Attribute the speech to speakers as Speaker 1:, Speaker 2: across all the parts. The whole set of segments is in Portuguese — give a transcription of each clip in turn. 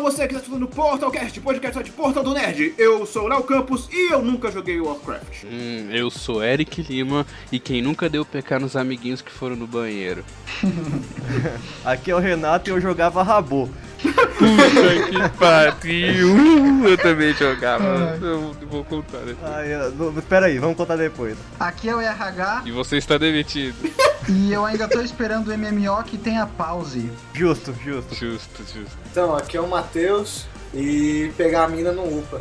Speaker 1: você que está escutando o Portalcast, podcast de Portal do Nerd. Eu sou o Léo Campos e eu nunca joguei Warcraft.
Speaker 2: Hum, eu sou Eric Lima e quem nunca deu pecar nos amiguinhos que foram no banheiro.
Speaker 3: Aqui é o Renato e eu jogava Rabo.
Speaker 2: Puta que pariu! Eu também jogava. Eu vou contar depois.
Speaker 3: Ai, eu- não- Pera aí, vamos contar depois.
Speaker 4: Aqui é o RH
Speaker 2: E você está demitido.
Speaker 4: e eu ainda tô esperando o MMO que tenha pause.
Speaker 3: Justo, justo.
Speaker 2: Justo, justo.
Speaker 5: Então, aqui é o Matheus e pegar a mina não upa.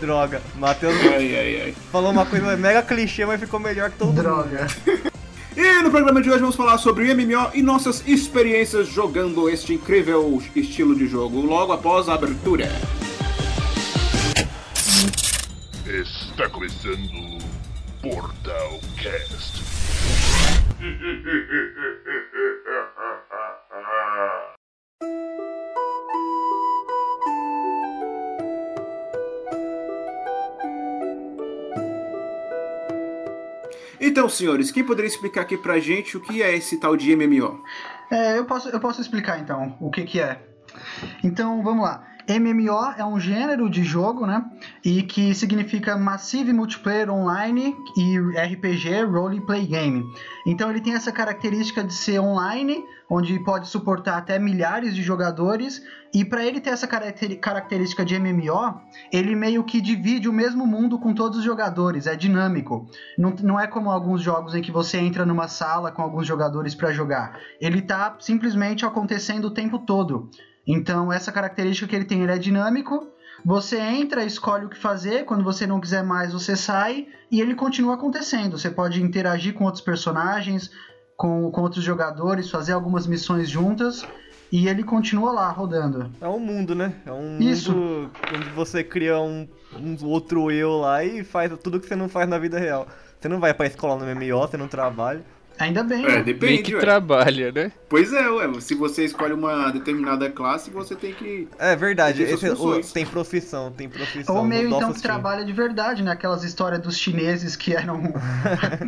Speaker 3: Droga. Matheus
Speaker 1: Ai, ai, ai.
Speaker 3: falou uma coisa mega clichê, mas ficou melhor que todo mundo.
Speaker 4: Droga.
Speaker 1: E no programa de hoje vamos falar sobre o MMO e nossas experiências jogando este incrível estilo de jogo logo após a abertura.
Speaker 6: Está começando Portal Cast.
Speaker 1: Então, senhores, quem poderia explicar aqui pra gente o que é esse tal de MMO?
Speaker 4: É, eu posso, eu posso explicar então o que, que é. Então vamos lá. MMO é um gênero de jogo, né? E que significa Massive Multiplayer Online e RPG Role Play Game. Então ele tem essa característica de ser online, onde pode suportar até milhares de jogadores. E para ele ter essa caracteri- característica de MMO, ele meio que divide o mesmo mundo com todos os jogadores, é dinâmico. Não, não é como alguns jogos em que você entra numa sala com alguns jogadores para jogar ele tá simplesmente acontecendo o tempo todo. Então, essa característica que ele tem, ele é dinâmico. Você entra, escolhe o que fazer, quando você não quiser mais, você sai e ele continua acontecendo. Você pode interagir com outros personagens, com, com outros jogadores, fazer algumas missões juntas e ele continua lá rodando.
Speaker 3: É um mundo, né? É um
Speaker 4: Isso.
Speaker 3: mundo onde você cria um, um outro eu lá e faz tudo que você não faz na vida real. Você não vai pra escola no MMO, você não trabalha.
Speaker 4: Ainda bem,
Speaker 1: É,
Speaker 4: né?
Speaker 2: Bem
Speaker 1: depende,
Speaker 2: que
Speaker 1: ué.
Speaker 2: trabalha, né?
Speaker 1: Pois é, ué, se você escolhe uma determinada classe, você tem que...
Speaker 3: É verdade,
Speaker 1: Tem suas
Speaker 3: esse- o-
Speaker 1: funções.
Speaker 3: tem profissão, tem profissão.
Speaker 4: Ou meio
Speaker 3: Rodolfo
Speaker 4: então que
Speaker 3: Steam.
Speaker 4: trabalha de verdade, né? Aquelas histórias dos chineses que eram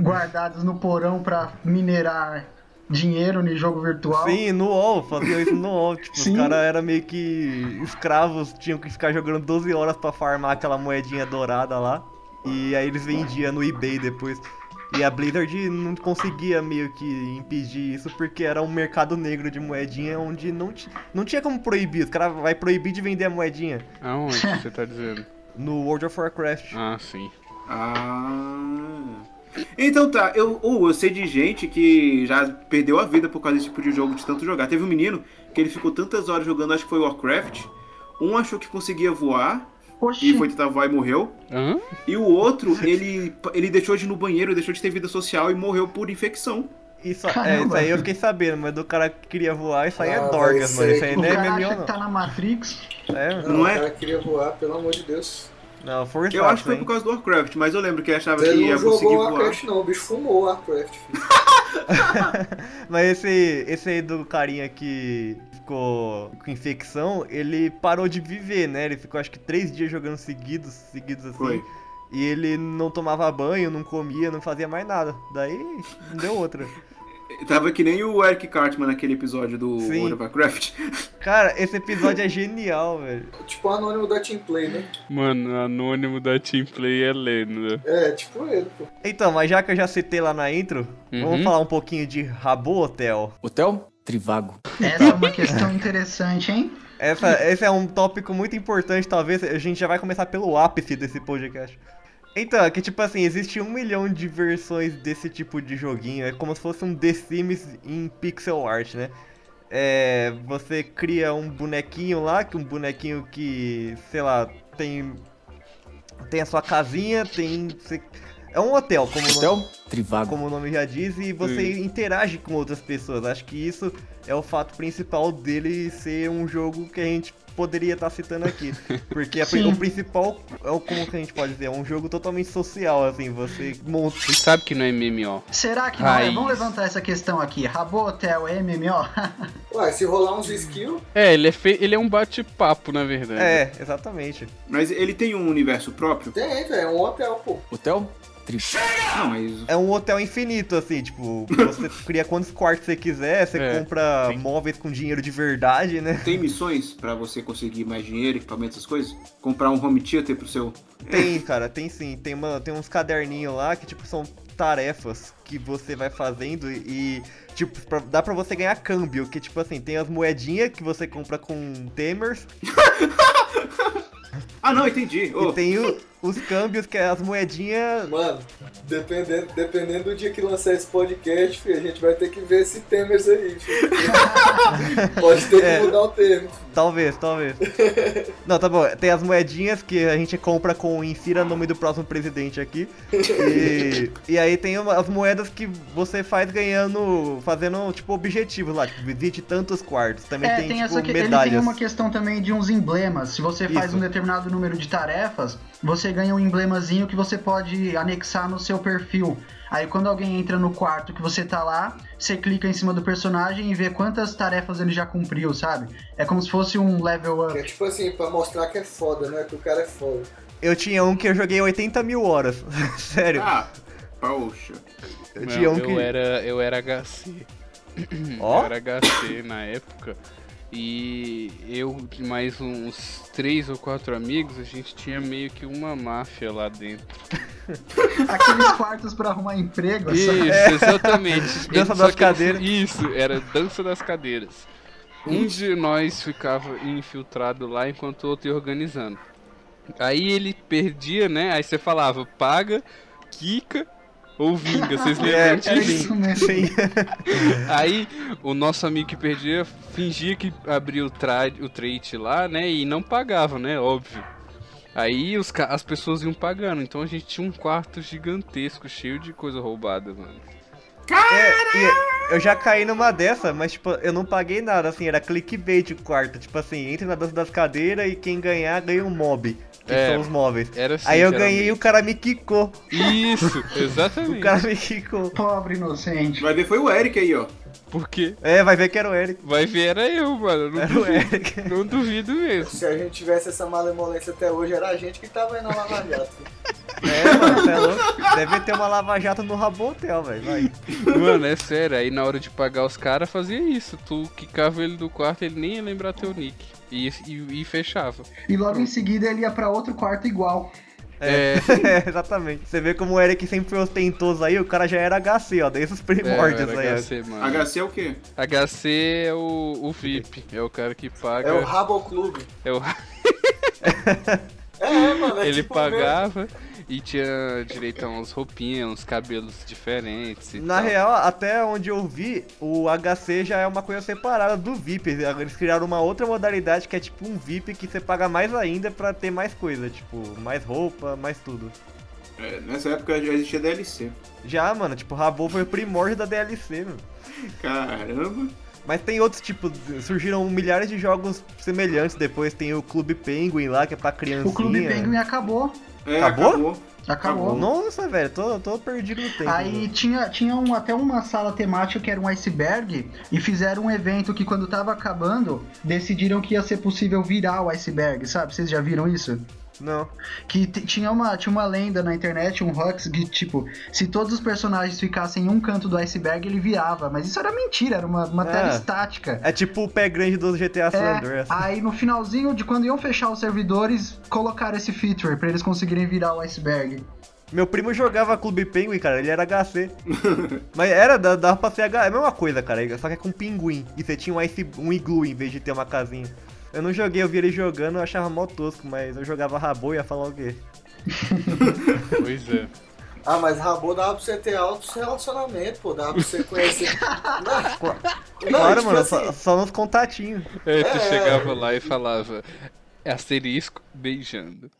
Speaker 4: guardados no porão pra minerar dinheiro no jogo virtual.
Speaker 3: Sim, no UOL, fazia isso no UOL. Tipo,
Speaker 4: Sim.
Speaker 3: os caras eram meio que escravos, tinham que ficar jogando 12 horas pra farmar aquela moedinha dourada lá. E aí eles vendiam no eBay depois. E a Blizzard não conseguia meio que impedir isso, porque era um mercado negro de moedinha onde não, ti- não tinha como proibir. Os caras vai proibir de vender a moedinha
Speaker 2: Aonde você tá dizendo?
Speaker 3: no World of Warcraft.
Speaker 2: Ah, sim.
Speaker 1: Ah... Então tá, eu, ou eu sei de gente que já perdeu a vida por causa desse tipo de jogo de tanto jogar. Teve um menino que ele ficou tantas horas jogando, acho que foi Warcraft. Um achou que conseguia voar
Speaker 4: Oxi.
Speaker 1: e foi tentar voar e morreu.
Speaker 2: Hã?
Speaker 1: E o outro, ele, ele deixou de ir no banheiro, deixou de ter vida social e morreu por infecção.
Speaker 3: Isso, é,
Speaker 4: Caramba.
Speaker 3: isso aí eu fiquei sabendo, mas do cara que queria voar, isso aí
Speaker 5: Ah,
Speaker 3: é
Speaker 5: vai
Speaker 3: Dorgas, mano.
Speaker 5: ser-
Speaker 3: Isso aí
Speaker 4: O
Speaker 3: não é
Speaker 4: cara acha
Speaker 3: MMO,
Speaker 4: que tá na Matrix.
Speaker 3: não. É,
Speaker 1: Não é?
Speaker 5: O cara queria voar, pelo amor de Deus.
Speaker 3: não, forçado,
Speaker 1: Eu acho que foi
Speaker 3: hein.
Speaker 1: por causa do Warcraft, mas eu lembro que ele achava
Speaker 5: Ele
Speaker 1: que ia
Speaker 5: é não jogou
Speaker 1: conseguir voar.
Speaker 5: Warcraft, não. O bicho fumou Warcraft. filho.
Speaker 3: Mas esse, esse aí do carinha que ficou com infecção, ele parou de viver, né? Ele ficou acho que três dias jogando seguidos, seguidos assim.
Speaker 1: Foi.
Speaker 3: E ele não tomava banho, não comia, não fazia mais nada. Daí não deu outra.
Speaker 1: Tava que nem o Eric Cartman naquele episódio do
Speaker 3: Sim.
Speaker 1: World of Warcraft.
Speaker 3: Cara, esse episódio é genial, velho.
Speaker 5: tipo o anônimo da Team Play, né?
Speaker 2: Mano, anônimo da Team Play é lenda.
Speaker 5: É, tipo ele, pô.
Speaker 3: Então, mas já que eu já citei lá na intro,
Speaker 2: Uhum.
Speaker 3: vamos falar um pouquinho de Rabo Hotel.
Speaker 7: Hotel Trivago.
Speaker 4: Essa
Speaker 3: Então,
Speaker 4: é uma questão interessante, hein?
Speaker 3: Essa, esse é um tópico muito importante, talvez. A gente já vai começar pelo ápice desse podcast. Então, é que tipo assim, existe um milhão de versões desse tipo de joguinho. É como se fosse um The Sims em pixel art, né? É, você cria um bonequinho lá, que um bonequinho que, sei lá, tem tem a sua casinha, tem você- é um hotel, como o nome-
Speaker 7: Hotel Trivago.
Speaker 3: como o nome já diz, e você interage com outras pessoas. Acho que isso é o fato principal dele ser um jogo que a gente poderia estar citando aqui. Porque a pri-
Speaker 4: Sim.
Speaker 3: o principal é o como que a gente pode dizer, é um jogo totalmente social, assim, você monta.
Speaker 2: Você sabe que não é MMO.
Speaker 4: Será que não é?
Speaker 2: Raiz.
Speaker 4: Vamos levantar essa questão aqui. Rabo Hotel é MMO?
Speaker 5: Ué, se rolar uns skills,
Speaker 2: É, ele é, fe... ele é um bate-papo, na verdade.
Speaker 3: É, exatamente.
Speaker 1: Mas ele tem um universo próprio?
Speaker 5: tem, velho. É um hotel, pô.
Speaker 7: Hotel Tri...
Speaker 1: Não, mas.
Speaker 3: É um hotel infinito, assim, tipo, você cria quantos quartos você quiser, você
Speaker 2: É,
Speaker 3: compra
Speaker 2: sim.
Speaker 3: móveis com dinheiro de verdade, né?
Speaker 1: Tem missões pra você conseguir mais dinheiro, equipamento, essas coisas? Comprar um home theater pro seu.
Speaker 3: Tem, cara, tem sim. Tem, uma, tem uns caderninhos lá que, tipo, são tarefas que você vai fazendo e, tipo, pra- dá pra você ganhar câmbio. Que, tipo assim, tem as moedinhas que você compra com temers
Speaker 1: Ah, não, entendi. Ô,
Speaker 3: e tem o- os câmbios que é as moedinhas...
Speaker 5: Mano, dependendo, dependendo do dia que lançar esse podcast, filho, a gente vai ter que ver esse Temers aí. filho. Pode ter que
Speaker 3: É.
Speaker 5: mudar o termo.
Speaker 3: Talvez, talvez. Não, tá bom. Tem as moedinhas que a gente compra com insira nome do próximo presidente aqui. E, e aí tem uma- as moedas que você faz ganhando, fazendo, tipo, objetivos lá. Tipo, visite tantos quartos. Também
Speaker 4: É,
Speaker 3: tem,
Speaker 4: tem,
Speaker 3: tipo,
Speaker 4: essa que ele
Speaker 3: medalhas.
Speaker 4: tem uma questão também de uns emblemas. Se você faz
Speaker 3: Isso.
Speaker 4: um determinado número de tarefas, você ganha um emblemazinho que você pode anexar no seu perfil. Aí quando alguém entra no quarto que você tá lá, você clica em cima do personagem e vê quantas tarefas ele já cumpriu, sabe? É como se fosse um level
Speaker 5: É
Speaker 4: up.
Speaker 5: tipo assim, pra mostrar que é foda, né? Que o cara é foda.
Speaker 3: Eu tinha um que eu joguei 80 mil horas. Sério.
Speaker 1: Ah, poxa.
Speaker 3: eu
Speaker 2: Não,
Speaker 3: tinha um
Speaker 2: eu
Speaker 3: que.
Speaker 2: era eu era HC.
Speaker 3: Ó.
Speaker 2: Eu era HC na época. E eu e mais uns três ou quatro amigos, a gente tinha meio que uma máfia lá dentro.
Speaker 4: Aqueles quartos pra arrumar emprego, sabe?
Speaker 3: é.
Speaker 2: Isso, exatamente.
Speaker 3: Dança
Speaker 2: Só
Speaker 3: das
Speaker 2: que era-
Speaker 3: cadeiras.
Speaker 2: Isso, era dança das cadeiras. Um de nós ficava infiltrado lá enquanto o outro ia organizando. Aí ele perdia, né? Aí você falava, paga, quica ou vinga. Vocês lembram
Speaker 3: É,
Speaker 2: disso?
Speaker 4: isso mesmo.
Speaker 3: Sim.
Speaker 2: Aí o nosso amigo que perdia fingia que abria o, tra o trade lá, né? E não pagava, né? Óbvio. Aí os ca- as pessoas iam pagando. Então a gente tinha um quarto gigantesco, cheio de coisa roubada, mano.
Speaker 3: É, e eu já caí numa dessa, mas tipo, eu não paguei nada, assim, era clickbait o quarto. Tipo assim, entre na dança das cadeiras e quem ganhar ganha um mob, que
Speaker 2: É.
Speaker 3: são os móveis.
Speaker 2: Era assim.
Speaker 3: Aí eu ganhei e o
Speaker 2: geralmente.
Speaker 3: cara me quicou.
Speaker 2: Isso, exatamente.
Speaker 3: O cara me quicou.
Speaker 4: Pobre inocente.
Speaker 1: Vai ver, foi o Eric aí, ó.
Speaker 2: Porque
Speaker 3: É, vai ver que era o Eric.
Speaker 2: vai ver, era eu, mano. Não,
Speaker 3: Era o
Speaker 2: duvido,
Speaker 3: Eric.
Speaker 2: não duvido mesmo.
Speaker 5: Se a gente tivesse essa malemolência até hoje, era a gente que tava indo na Lava Jato.
Speaker 3: É, mano, você é louco. Deve ter uma lava-jato no Rabotel, velho. Vai.
Speaker 2: Mano, é sério. Aí na hora de pagar os caras, fazia isso. Tu quicava ele do quarto, ele nem ia lembrar teu nick. E, e, e fechava.
Speaker 4: E logo em seguida ele ia pra outro quarto igual.
Speaker 2: É,
Speaker 3: É, exatamente. Você vê como o Eric sempre foi ostentoso aí, o cara já era HC, ó, desde os primórdios
Speaker 2: é,
Speaker 3: aí.
Speaker 2: era
Speaker 3: ó.
Speaker 2: HC, mano.
Speaker 1: HC é o quê?
Speaker 2: HC é o, o VIP, é o cara que paga.
Speaker 5: É o Rabo Clube.
Speaker 2: é o-
Speaker 5: É, mano. É
Speaker 2: ele
Speaker 5: tipo
Speaker 2: pagava e tinha direito a uns roupinhas, uns cabelos diferentes. e
Speaker 3: Na
Speaker 2: tal.
Speaker 3: real, até onde eu vi, o HC já é uma coisa separada do VIP. Eles criaram uma outra modalidade que é tipo um VIP que você paga mais ainda pra ter mais coisa, tipo, mais roupa, mais tudo.
Speaker 1: É, nessa época já existia DLC.
Speaker 3: Já, mano, tipo, Rabo foi o primórdio da DLC, mano.
Speaker 1: Caramba.
Speaker 3: Mas tem outros tipos, surgiram milhares de jogos semelhantes depois. Tem o Clube Penguin lá, que é pra criancinha.
Speaker 4: O Clube Penguin acabou.
Speaker 1: É,
Speaker 3: Acabou?
Speaker 1: acabou.
Speaker 4: Acabou.
Speaker 3: Nossa, velho, tô, tô perdido no tempo.
Speaker 4: Aí
Speaker 3: mano.
Speaker 4: tinha, tinha um- até uma sala temática que era um iceberg e fizeram um evento que quando tava acabando, decidiram que ia ser possível virar o iceberg, sabe? Vocês já viram isso?
Speaker 3: Não.
Speaker 4: Que t- tinha, uma, tinha uma lenda na internet, um hoax, que tipo, se todos os personagens ficassem em um canto do iceberg, ele virava. Mas isso era mentira, era uma, uma
Speaker 3: Ah.
Speaker 4: tela estática.
Speaker 3: É tipo o pé grande do GTA San
Speaker 4: É,
Speaker 3: Andreas.
Speaker 4: aí no finalzinho de quando iam fechar os servidores, colocaram esse feature pra eles conseguirem virar o iceberg.
Speaker 3: Meu primo jogava Clube Penguin, cara, ele era HC. Mas era, da- dava pra ser H, é a mesma coisa, cara, só que é com pinguim. E você tinha um, ice, um iglu em vez de ter uma casinha. Eu não joguei, eu vi ele jogando, eu achava mó tosco, mas eu jogava rabo e ia falar o quê?
Speaker 2: Pois é.
Speaker 5: mesmo. Ah, mas Rabo dava pra você ter altos relacionamentos, pô. Dava pra você conhecer. Não, não,
Speaker 3: claro,
Speaker 5: tipo
Speaker 3: mano,
Speaker 5: assim,
Speaker 3: só, só nos contatinhos.
Speaker 2: Aí É,
Speaker 5: é.
Speaker 2: tu chegava lá e falava asterisco beijando.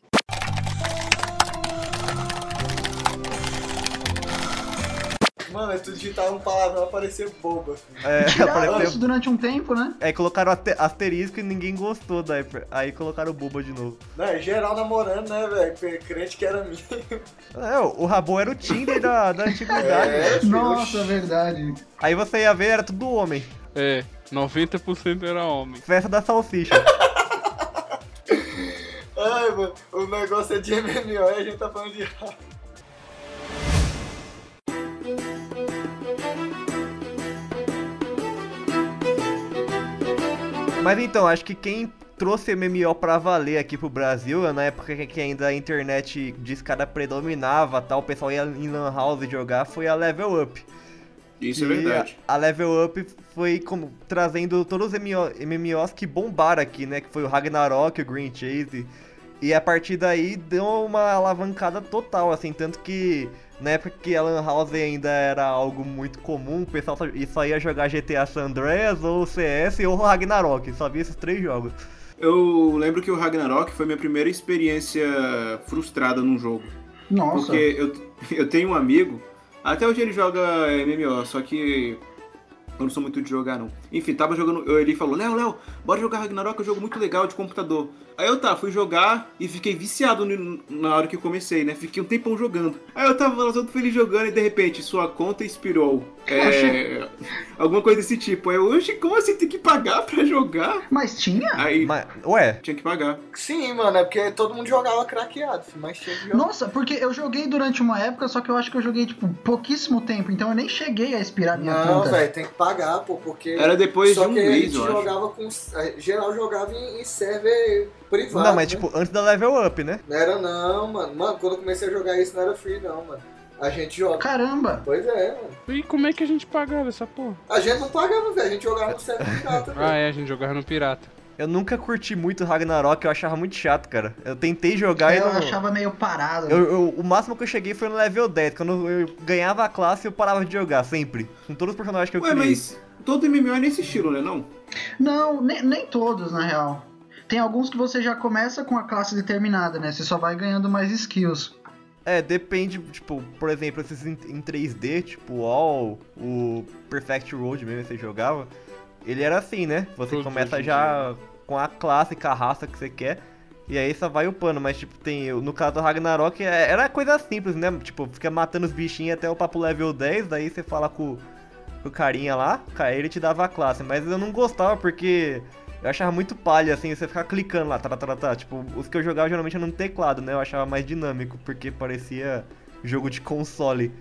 Speaker 5: Mano, aí tu digitava um palavrão e aparecia boba. filho.
Speaker 3: É,
Speaker 4: Tiraram isso
Speaker 3: apareceu.
Speaker 4: durante um tempo, né?
Speaker 3: Aí é, colocaram aste- asterisco e ninguém gostou, daí aí colocaram o Buba de novo.
Speaker 5: Né, geral namorando, né, velho? Crente que era minha.
Speaker 3: É, o Rabo era o Tinder da, da antiguidade.
Speaker 5: É, filho,
Speaker 4: Nossa,
Speaker 5: oxi.
Speaker 4: verdade.
Speaker 3: Aí você ia ver, era tudo homem.
Speaker 2: É, 90% era homem.
Speaker 3: Festa da salsicha.
Speaker 5: Ai, mano, o negócio é de MMO e a gente tá falando de rabo.
Speaker 3: Mas então, acho que quem trouxe MMO pra valer aqui pro Brasil, na época que- que ainda a internet de escada predominava, tal, o pessoal ia em lan house jogar, foi a Level Up.
Speaker 1: Isso é
Speaker 3: E a-
Speaker 1: verdade.
Speaker 3: A Level Up foi como trazendo todos os MMO MMOs que bombaram aqui, né? Que foi o Ragnarok, o Green Chase. E a partir daí deu uma alavancada total, assim, tanto que na época que a Lan House ainda era algo muito comum, o pessoal só, e só ia jogar GTA San Andreas, ou CS, ou Ragnarok, só via esses três jogos.
Speaker 1: Eu lembro que o Ragnarok foi minha primeira experiência frustrada num jogo.
Speaker 4: Nossa.
Speaker 1: Porque eu, eu tenho um amigo, até hoje ele joga MMO, só que eu não sou muito de jogar não. Enfim, tava jogando, eu- ele falou, Léo, Léo, bora jogar Ragnarok, é um jogo muito legal de computador. Aí eu tá, fui jogar e fiquei viciado no- na hora que eu comecei, né? Fiquei um tempão jogando. Aí eu tava lá todo feliz jogando e de repente sua conta expirou. É, alguma coisa desse tipo. Aí eu, oxe, como assim? Tem que pagar pra jogar?
Speaker 4: Mas tinha?
Speaker 1: Aí
Speaker 3: Mas, ué,
Speaker 1: tinha que pagar.
Speaker 5: Sim, mano, é porque todo mundo jogava craqueado, filho, mas tinha que jogar.
Speaker 4: Nossa, porque eu joguei durante uma época, só que eu acho que eu joguei, tipo, pouquíssimo tempo, então eu nem cheguei a expirar minha
Speaker 5: Não,
Speaker 4: conta.
Speaker 5: velho, tem que pagar, pô, porque.
Speaker 1: Era depois
Speaker 5: Só
Speaker 1: de um
Speaker 5: que a
Speaker 1: mês,
Speaker 5: gente
Speaker 1: eu acho.
Speaker 5: jogava com. a- Geral jogava em, em server privado.
Speaker 3: não, mas
Speaker 5: né?
Speaker 3: tipo, antes da Level Up, né?
Speaker 5: Não era não, mano. Mano, quando eu comecei a jogar isso não era free, não, mano. A gente joga.
Speaker 4: Caramba!
Speaker 5: Pois é, mano.
Speaker 2: E como é que a gente pagava essa porra?
Speaker 5: A gente não pagava, velho. A gente jogava no server pirata,
Speaker 2: Ah,
Speaker 5: velho.
Speaker 2: é, a gente jogava no pirata.
Speaker 3: Eu nunca curti muito Ragnarok, eu achava muito chato, cara. Eu tentei jogar
Speaker 1: É,
Speaker 3: e
Speaker 4: É, eu
Speaker 3: não...
Speaker 4: achava meio parado.
Speaker 3: Eu- eu- o máximo que eu cheguei foi no level 10. Quando eu ganhava a classe, eu parava de jogar, sempre. Com todos os personagens que eu
Speaker 1: Ué,
Speaker 3: criei.
Speaker 1: mas todo MMO é nesse estilo, né não?
Speaker 4: Não, nem, nem todos, na real. Tem alguns que você já começa com a classe determinada, né? Você só vai ganhando mais skills.
Speaker 3: É, depende, tipo, por exemplo, esses em, em 3D, tipo o All, o Perfect Road mesmo que você jogava. Ele era assim, né? Você
Speaker 2: Todos hoje
Speaker 3: começa
Speaker 2: em
Speaker 3: já com a classe, com a raça que você quer. E aí só vai upando, mas tipo, tem. No caso do Ragnarok é- era coisa simples, né? Tipo, fica matando os bichinhos até o papo level 10, daí você fala com, com o carinha lá, cara, ele te dava a classe. Mas eu não gostava porque eu achava muito palha, assim, você ficar clicando lá, tá, tá, tá, tá. Tipo, os que eu jogava geralmente eram no teclado, né? Eu achava mais dinâmico, porque parecia jogo de console.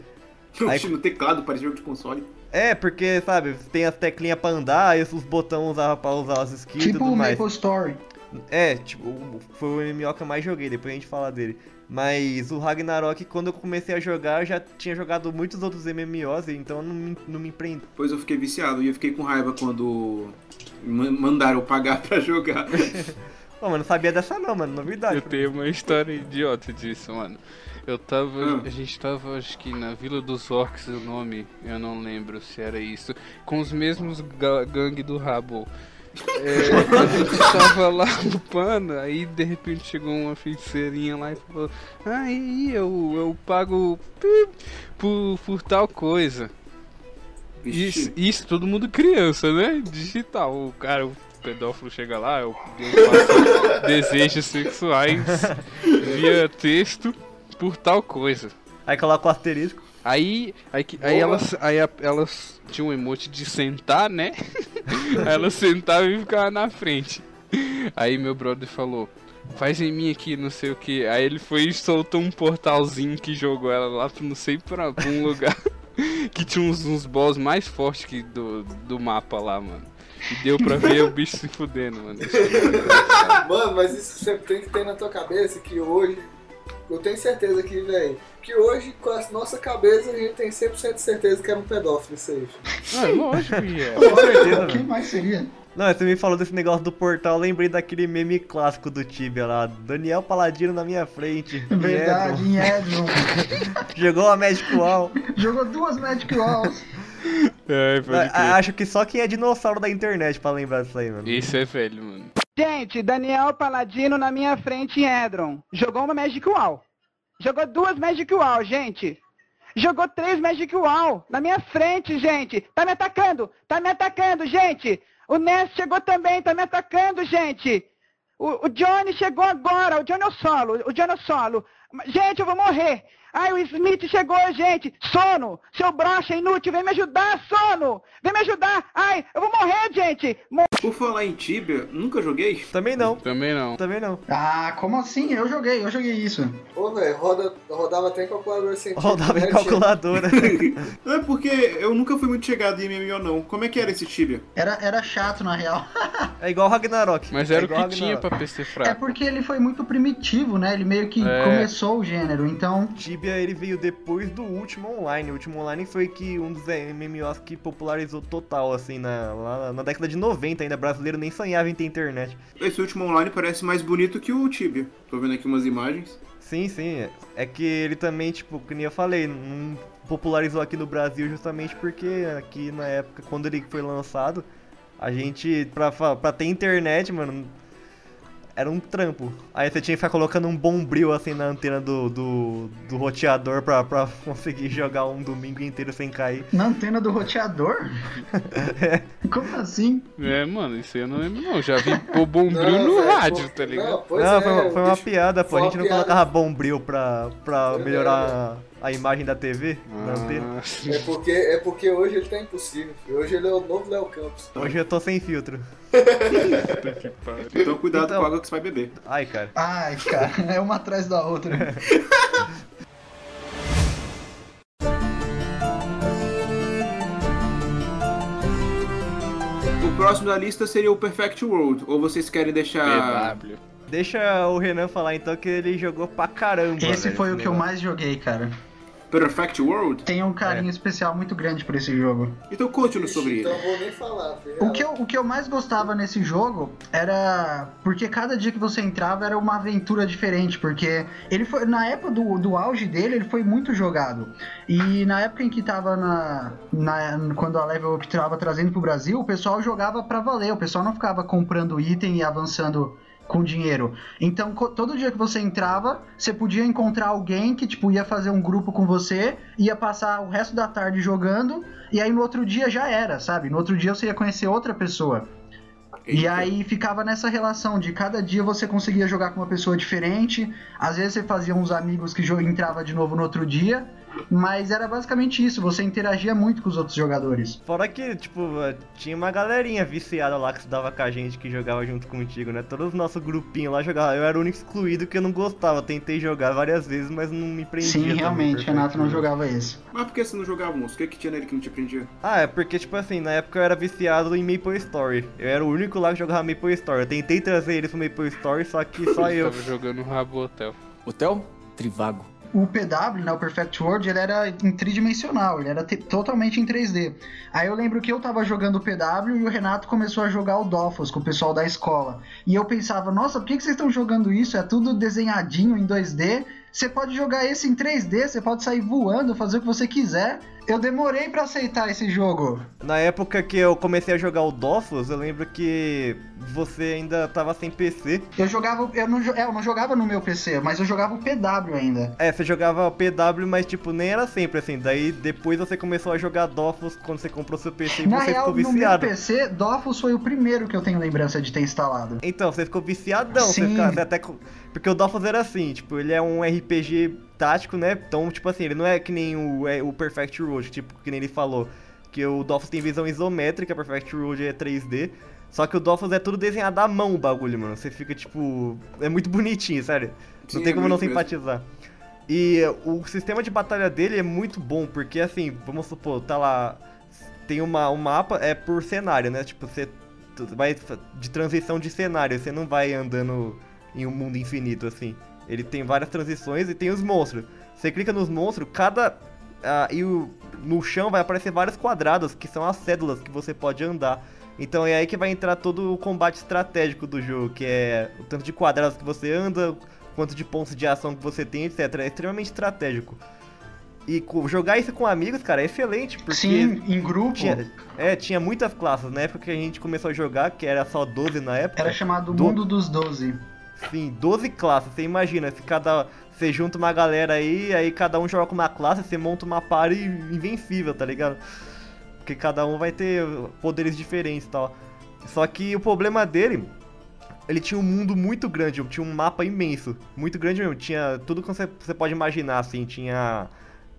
Speaker 1: Eu
Speaker 3: Aí-
Speaker 1: tinha no teclado, parecia jogo de console.
Speaker 3: É, porque, sabe, tem as teclinhas pra andar, e os botões usava pra usar as skills e
Speaker 4: tipo
Speaker 3: tudo
Speaker 4: o
Speaker 3: mais.
Speaker 4: Maple Story.
Speaker 3: É, tipo, o- foi o MMO que eu mais joguei, depois a gente fala dele. Mas o Ragnarok, quando eu comecei a jogar, eu já tinha jogado muitos outros MMOs, então não me, não me empreendi.
Speaker 1: Pois eu fiquei viciado e eu fiquei com raiva quando ma- mandaram eu pagar pra jogar.
Speaker 3: Pô, mas não sabia dessa não, mano, novidade.
Speaker 2: Eu tenho uma história idiota disso, mano. Eu tava.
Speaker 1: Hum.
Speaker 2: A gente tava, acho que na Vila dos Orcs, o nome, eu não lembro se era isso. Com os mesmos ga gangue do Rabo. É, a gente tava lá lupando, aí de repente chegou uma feiticeirinha lá e falou: Ah, e aí, eu, eu pago pi- por, por tal coisa. Isso,
Speaker 1: Vixe.
Speaker 2: isso, todo mundo criança, né? Digital. O cara, o pedófilo chega lá, eu, eu faço desejos sexuais via texto por tal coisa.
Speaker 3: Aí coloca o asterisco.
Speaker 2: Aí, aí, que- aí elas, aí a- elas tinham um emote de sentar, né? aí elas sentavam e ficavam na frente. Aí meu brother falou, faz em mim aqui, não sei o que. Aí ele foi e soltou um portalzinho que jogou ela lá pra não sei pra pra um lugar. que tinha uns, uns boss mais fortes que do, do mapa lá, mano. E deu pra ver o bicho se fudendo, mano.
Speaker 5: Mano, mas isso você tem que ter na tua cabeça que hoje. Eu tenho certeza que, velho. Que hoje, com a nossa cabeça, a gente tem 100% de certeza que era um pedófilo isso aí. filho.
Speaker 2: Ah, lógico que é.
Speaker 3: Com certeza,
Speaker 4: Quem
Speaker 3: velho.
Speaker 4: mais seria?
Speaker 3: Não, você me falou desse negócio do portal, eu lembrei daquele meme clássico do Tibia lá. Daniel Paladino na minha frente.
Speaker 4: Verdade, em Edron.
Speaker 3: Pietro, Jogou a Magic Wall.
Speaker 4: Jogou duas Magic Walls.
Speaker 2: É, pode
Speaker 3: A-
Speaker 2: crer.
Speaker 3: Acho que só quem é dinossauro da internet pra lembrar disso aí, mano.
Speaker 2: Isso é velho, mano.
Speaker 8: Gente, Daniel Paladino na minha frente em Edron. Jogou uma Magic Wall. Jogou duas Magic Wall, gente. Jogou três Magic Wall na minha frente, gente. Tá me atacando, tá me atacando, gente. O Ness chegou também, tá me atacando, gente. O, o Johnny chegou agora, o Johnny é o solo, o Johnny é o solo. Gente, eu vou morrer. Ai, o Smith chegou, gente. Sono, seu brocha inútil, vem me ajudar, sono. Vem me ajudar. Ai, eu vou morrer, gente.
Speaker 1: Por falar em Tibia, nunca joguei.
Speaker 3: Também não,
Speaker 2: Também não.
Speaker 3: também não.
Speaker 4: Ah, como assim? Eu joguei, eu joguei isso.
Speaker 5: Ô, velho, roda, rodava tem calculador científico.
Speaker 3: Rodava em
Speaker 5: né,
Speaker 3: calculadora.
Speaker 1: Não é porque eu nunca fui muito chegado em MMO, não. Como é que era esse Tibia?
Speaker 4: Era, era chato, na real.
Speaker 3: É igual Ragnarok.
Speaker 2: Mas
Speaker 3: É
Speaker 2: era o
Speaker 3: igual
Speaker 2: que tinha
Speaker 3: Ragnarok.
Speaker 2: pra PC
Speaker 4: É
Speaker 2: fraco.
Speaker 4: porque ele foi muito primitivo, né? Ele meio que
Speaker 2: É.
Speaker 4: começou o gênero, então.
Speaker 3: Tibia ele veio depois do último online. O último online foi que um dos MMOs que popularizou total, assim, na, lá na década de 90 ainda. Brasileiro nem sonhava em ter internet.
Speaker 1: Esse último online parece mais bonito que o Tibia. Tô vendo aqui umas imagens.
Speaker 3: Sim, sim. É que ele também, tipo, que nem eu falei, não popularizou aqui no Brasil justamente porque aqui na época, quando ele foi lançado, a gente, pra, fa- pra ter internet, mano, era um trampo. Aí você tinha que ficar colocando um bombril assim na antena do, do, do roteador pra, pra conseguir jogar um domingo inteiro sem cair.
Speaker 4: Na antena do roteador? Como assim?
Speaker 2: É, mano, isso aí eu não lembro não. Já vi o
Speaker 5: Não,
Speaker 2: bombril no
Speaker 5: velho,
Speaker 2: rádio,
Speaker 5: pô,
Speaker 2: tá ligado?
Speaker 5: Não, pois
Speaker 3: não,
Speaker 5: é,
Speaker 3: foi, uma,
Speaker 5: o
Speaker 3: foi uma
Speaker 5: bicho-
Speaker 3: piada, pô.
Speaker 5: foi
Speaker 3: A
Speaker 5: uma
Speaker 3: gente não
Speaker 5: piada.
Speaker 3: colocava bombril pra, pra
Speaker 5: É
Speaker 3: melhorar a, a imagem da TV, da antena.
Speaker 2: Ah,
Speaker 5: É porque, é porque hoje ele tá impossível. filho. Hoje ele é o novo Léo Campos.
Speaker 3: Hoje eu tô sem filtro.
Speaker 2: puta que pariu.
Speaker 1: Então cuidado
Speaker 3: Então-
Speaker 1: com a água que você vai beber.
Speaker 3: Ai, cara.
Speaker 4: Ai, cara, é uma atrás da outra.
Speaker 1: O próximo da lista seria o Perfect World. Ou vocês querem
Speaker 3: Ah,
Speaker 1: deixar...
Speaker 2: BW.
Speaker 3: Deixa o Renan falar então que ele jogou pra caramba.
Speaker 4: Esse
Speaker 3: velho,
Speaker 4: foi o que eu
Speaker 3: negócio.
Speaker 4: mais joguei, cara.
Speaker 1: Perfect World?
Speaker 4: Tenho um carinho especial muito grande por esse jogo.
Speaker 1: Então conte-nos sobre
Speaker 5: então
Speaker 1: ele.
Speaker 5: eu vou nem falar, filho.
Speaker 4: O que, eu, o que eu mais gostava nesse jogo era. Porque cada dia que você entrava era uma aventura diferente. Porque ele foi. Na época do, do auge dele, ele foi muito jogado. E na época em que tava na. na- quando a Level Up tava trazendo pro Brasil, o pessoal jogava pra valer. O pessoal não ficava comprando item e avançando com dinheiro. Então, co- todo dia que você entrava, você podia encontrar alguém que, tipo, ia fazer um grupo com você, ia passar o resto da tarde jogando, e aí no outro dia já era, sabe? No outro dia você ia conhecer outra pessoa. E
Speaker 1: Eita.
Speaker 4: aí ficava nessa relação de cada dia você conseguia jogar com uma pessoa diferente, às vezes você fazia uns amigos que jo- entrava de novo no outro dia, mas era basicamente isso, você interagia muito com os outros jogadores.
Speaker 3: Fora que, tipo, tinha uma galerinha viciada lá que estudava com a gente, que jogava junto contigo, né? Todos os nossos grupinhos lá jogavam. Eu era o único excluído que eu não gostava. Tentei jogar várias vezes, mas não me prendia.
Speaker 4: Sim,
Speaker 3: também,
Speaker 4: realmente,
Speaker 3: perfeito.
Speaker 4: Renato não jogava esse.
Speaker 1: Mas por que você não jogava, moço? O que, que tinha nele que não te prendia?
Speaker 3: Ah, é porque, tipo assim, na época eu era viciado em Maple Story. Eu era o único lá que jogava Maple Story. Eu tentei trazer eles pro Maple Story, só que só
Speaker 2: Eu
Speaker 3: eu.
Speaker 2: tava jogando Rabotel.
Speaker 7: Hotel? Trivago.
Speaker 4: o PW, né, o Perfect World, ele era em tridimensional, ele era te- totalmente em 3D. Aí eu lembro que eu tava jogando o PW e o Renato começou a jogar o Dofus com o pessoal da escola. E eu pensava, nossa, por que, que vocês estão jogando isso? É tudo desenhadinho em 2D. Você pode jogar esse em 3D, você pode sair voando, fazer o que você quiser. Eu demorei pra aceitar esse jogo.
Speaker 3: Na época que eu comecei a jogar o Dofus, eu lembro que você ainda tava sem PC.
Speaker 4: Eu jogava, eu não, jo- é, eu não jogava no meu PC, mas eu jogava o PW ainda.
Speaker 3: É, você jogava PW, mas tipo, nem era sempre assim. Daí depois você começou a jogar Dofus quando você comprou seu PC e
Speaker 4: Na
Speaker 3: você
Speaker 4: real,
Speaker 3: ficou
Speaker 4: no meu
Speaker 3: viciado.
Speaker 4: PC, Dofus foi o primeiro que eu tenho lembrança de ter instalado.
Speaker 3: Então, você ficou viciadão, você
Speaker 4: Sim.
Speaker 3: ficava até. co- Porque o Dofus era assim, tipo, ele é um RPG tático, né? Então, tipo assim, ele não é que nem o, é o Perfect Road, tipo, que nem ele falou. Que o Dofus tem visão isométrica, Perfect Road é 3D. Só que o Dofus é tudo desenhado à mão o bagulho, mano. Você fica, tipo. É muito bonitinho, sério. Não
Speaker 1: Sim,
Speaker 3: tem
Speaker 1: é
Speaker 3: como não
Speaker 1: muito mesmo.
Speaker 3: simpatizar. E o sistema de batalha dele é muito bom, porque assim, vamos supor, tá lá. Tem uma, um mapa, é por cenário, né? Tipo, você tu vai de transição de cenário, você não vai andando em um mundo infinito, assim. Ele tem várias transições e tem os monstros. Você clica nos monstros, cada. ah, e o- no chão vai aparecer vários quadrados, que são as cédulas que você pode andar. Então é aí que vai entrar todo o combate estratégico do jogo, que é o tanto de quadrados que você anda, quanto de pontos de ação que você tem, etc. É extremamente estratégico. E co- jogar isso com amigos, cara, é excelente, porque
Speaker 4: Sim, em grupo.
Speaker 3: tinha, é, tinha muitas classes. Na época que a gente começou a jogar, que era só 12 na época,
Speaker 4: Era chamado
Speaker 3: Do-
Speaker 4: Mundo dos Doze.
Speaker 3: sim, 12 classes. Você imagina, se cada. Você junta uma galera aí, aí cada um joga com uma classe, você monta uma party invencível, tá ligado? Porque cada um vai ter poderes diferentes e tal. Só que o problema dele, ele tinha um mundo muito grande, tinha um mapa imenso. Muito grande mesmo. Tinha tudo que você, você pode imaginar, assim, tinha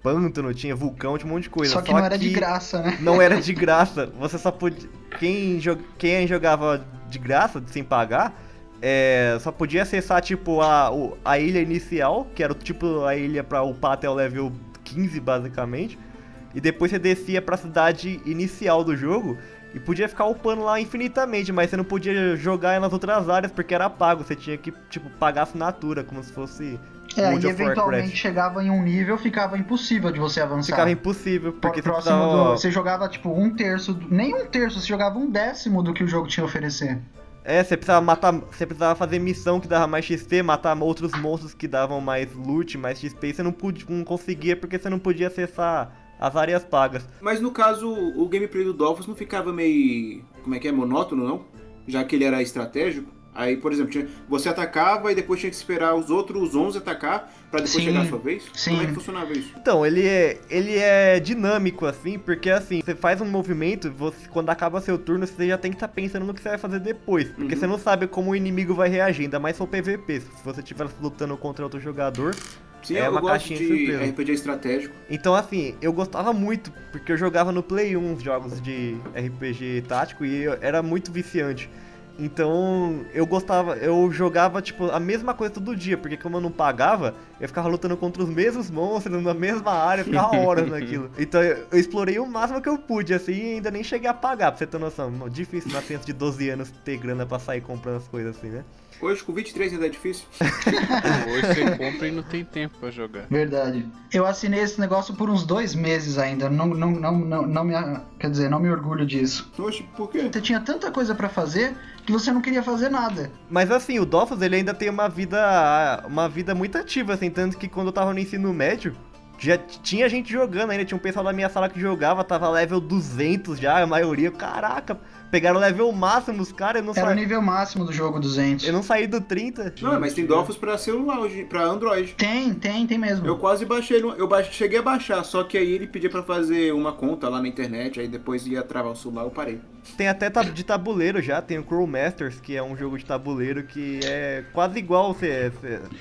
Speaker 3: pântano, tinha vulcão, tinha um monte de coisa.
Speaker 4: Só que não era de graça, né?
Speaker 3: não era de graça. Você só podia. Quem, jo- quem jogava de graça, sem pagar, é, só podia acessar, tipo, a, o- a ilha inicial, que era tipo a ilha pra upar até o level 15, basicamente. E depois você descia pra cidade inicial do jogo e podia ficar upando lá infinitamente, mas você não podia jogar nas outras áreas porque era pago. Você tinha que, tipo, pagar assinatura, como se fosse World
Speaker 4: É, e
Speaker 3: of Warcraft.
Speaker 4: eventualmente chegava em um nível, ficava impossível de você avançar.
Speaker 3: Ficava impossível, porque você
Speaker 4: tá. próximo
Speaker 3: precisava...
Speaker 4: do, Você jogava tipo um terço, do- nem um terço, você jogava um décimo do que o jogo tinha a oferecer.
Speaker 3: É, você precisava matar. Você precisava fazer missão que dava mais XP, matar outros monstros que davam mais loot, mais XP, e você não, podia, não conseguia porque você não podia acessar as áreas pagas.
Speaker 1: Mas no caso, o gameplay do Dolphus não ficava meio. como é que é? Monótono, não? Já que ele era estratégico. Aí, por exemplo, tinha- você atacava e depois tinha que esperar os outros 11 atacar pra depois
Speaker 4: Sim.
Speaker 1: chegar a sua vez?
Speaker 4: Sim.
Speaker 1: Como é que funcionava isso?
Speaker 3: Então, ele é, ele é dinâmico, assim, porque assim, você faz um movimento, você, quando acaba seu turno, você já tem que estar pensando no que você vai fazer depois. Porque
Speaker 1: Uhum.
Speaker 3: você não sabe como o inimigo vai reagir, ainda mais se for PVP. Se você estiver lutando contra outro jogador,
Speaker 1: Sim,
Speaker 3: É
Speaker 1: eu
Speaker 3: uma
Speaker 1: gosto
Speaker 3: caixinha
Speaker 1: de
Speaker 3: surpresa.
Speaker 1: RPG estratégico.
Speaker 3: Então, assim, eu gostava muito, porque eu jogava no Play 1 os jogos de RPG tático e eu- era muito viciante. Então, eu gostava, eu jogava, tipo, a mesma coisa todo dia, porque como eu não pagava, eu ficava lutando contra os mesmos monstros na mesma área, eu ficava horas naquilo. Então, eu, eu explorei o máximo que eu pude, assim, e ainda nem cheguei a pagar, pra você ter noção. Difícil na criança de 12 anos ter grana pra sair comprando as coisas assim, né?
Speaker 1: Hoje, com 23 ainda é difícil.
Speaker 2: Hoje você compra e não tem tempo pra jogar.
Speaker 4: Verdade. Eu assinei esse negócio por uns dois meses ainda. Não, não, não, não, não me. Quer dizer, não me orgulho disso.
Speaker 1: Oxe, por quê?
Speaker 4: Você tinha tanta coisa pra fazer que você não queria fazer nada.
Speaker 3: Mas assim, o Dolphus ele ainda tem uma vida uma vida muito ativa, assim, tanto que quando eu tava no ensino médio, já t- tinha gente jogando ainda, tinha um pessoal da minha sala que jogava, tava level 200 já, a maioria, caraca, pegaram level máximo os caras, eu não
Speaker 4: Era o
Speaker 3: saí,
Speaker 4: nível máximo do jogo 200.
Speaker 3: eu não saí do 30.
Speaker 1: Não, mas tem Dolphus pra celular, hoje, pra Android.
Speaker 4: Tem, tem, tem mesmo.
Speaker 1: Eu quase baixei, no- eu ba- cheguei a baixar, só que aí ele pedia pra fazer uma conta lá na internet, aí depois ia travar o celular, eu parei.
Speaker 3: Tem até ta- de tabuleiro já, tem o Cruel Masters, que é um jogo de tabuleiro que é quase igual ao CS,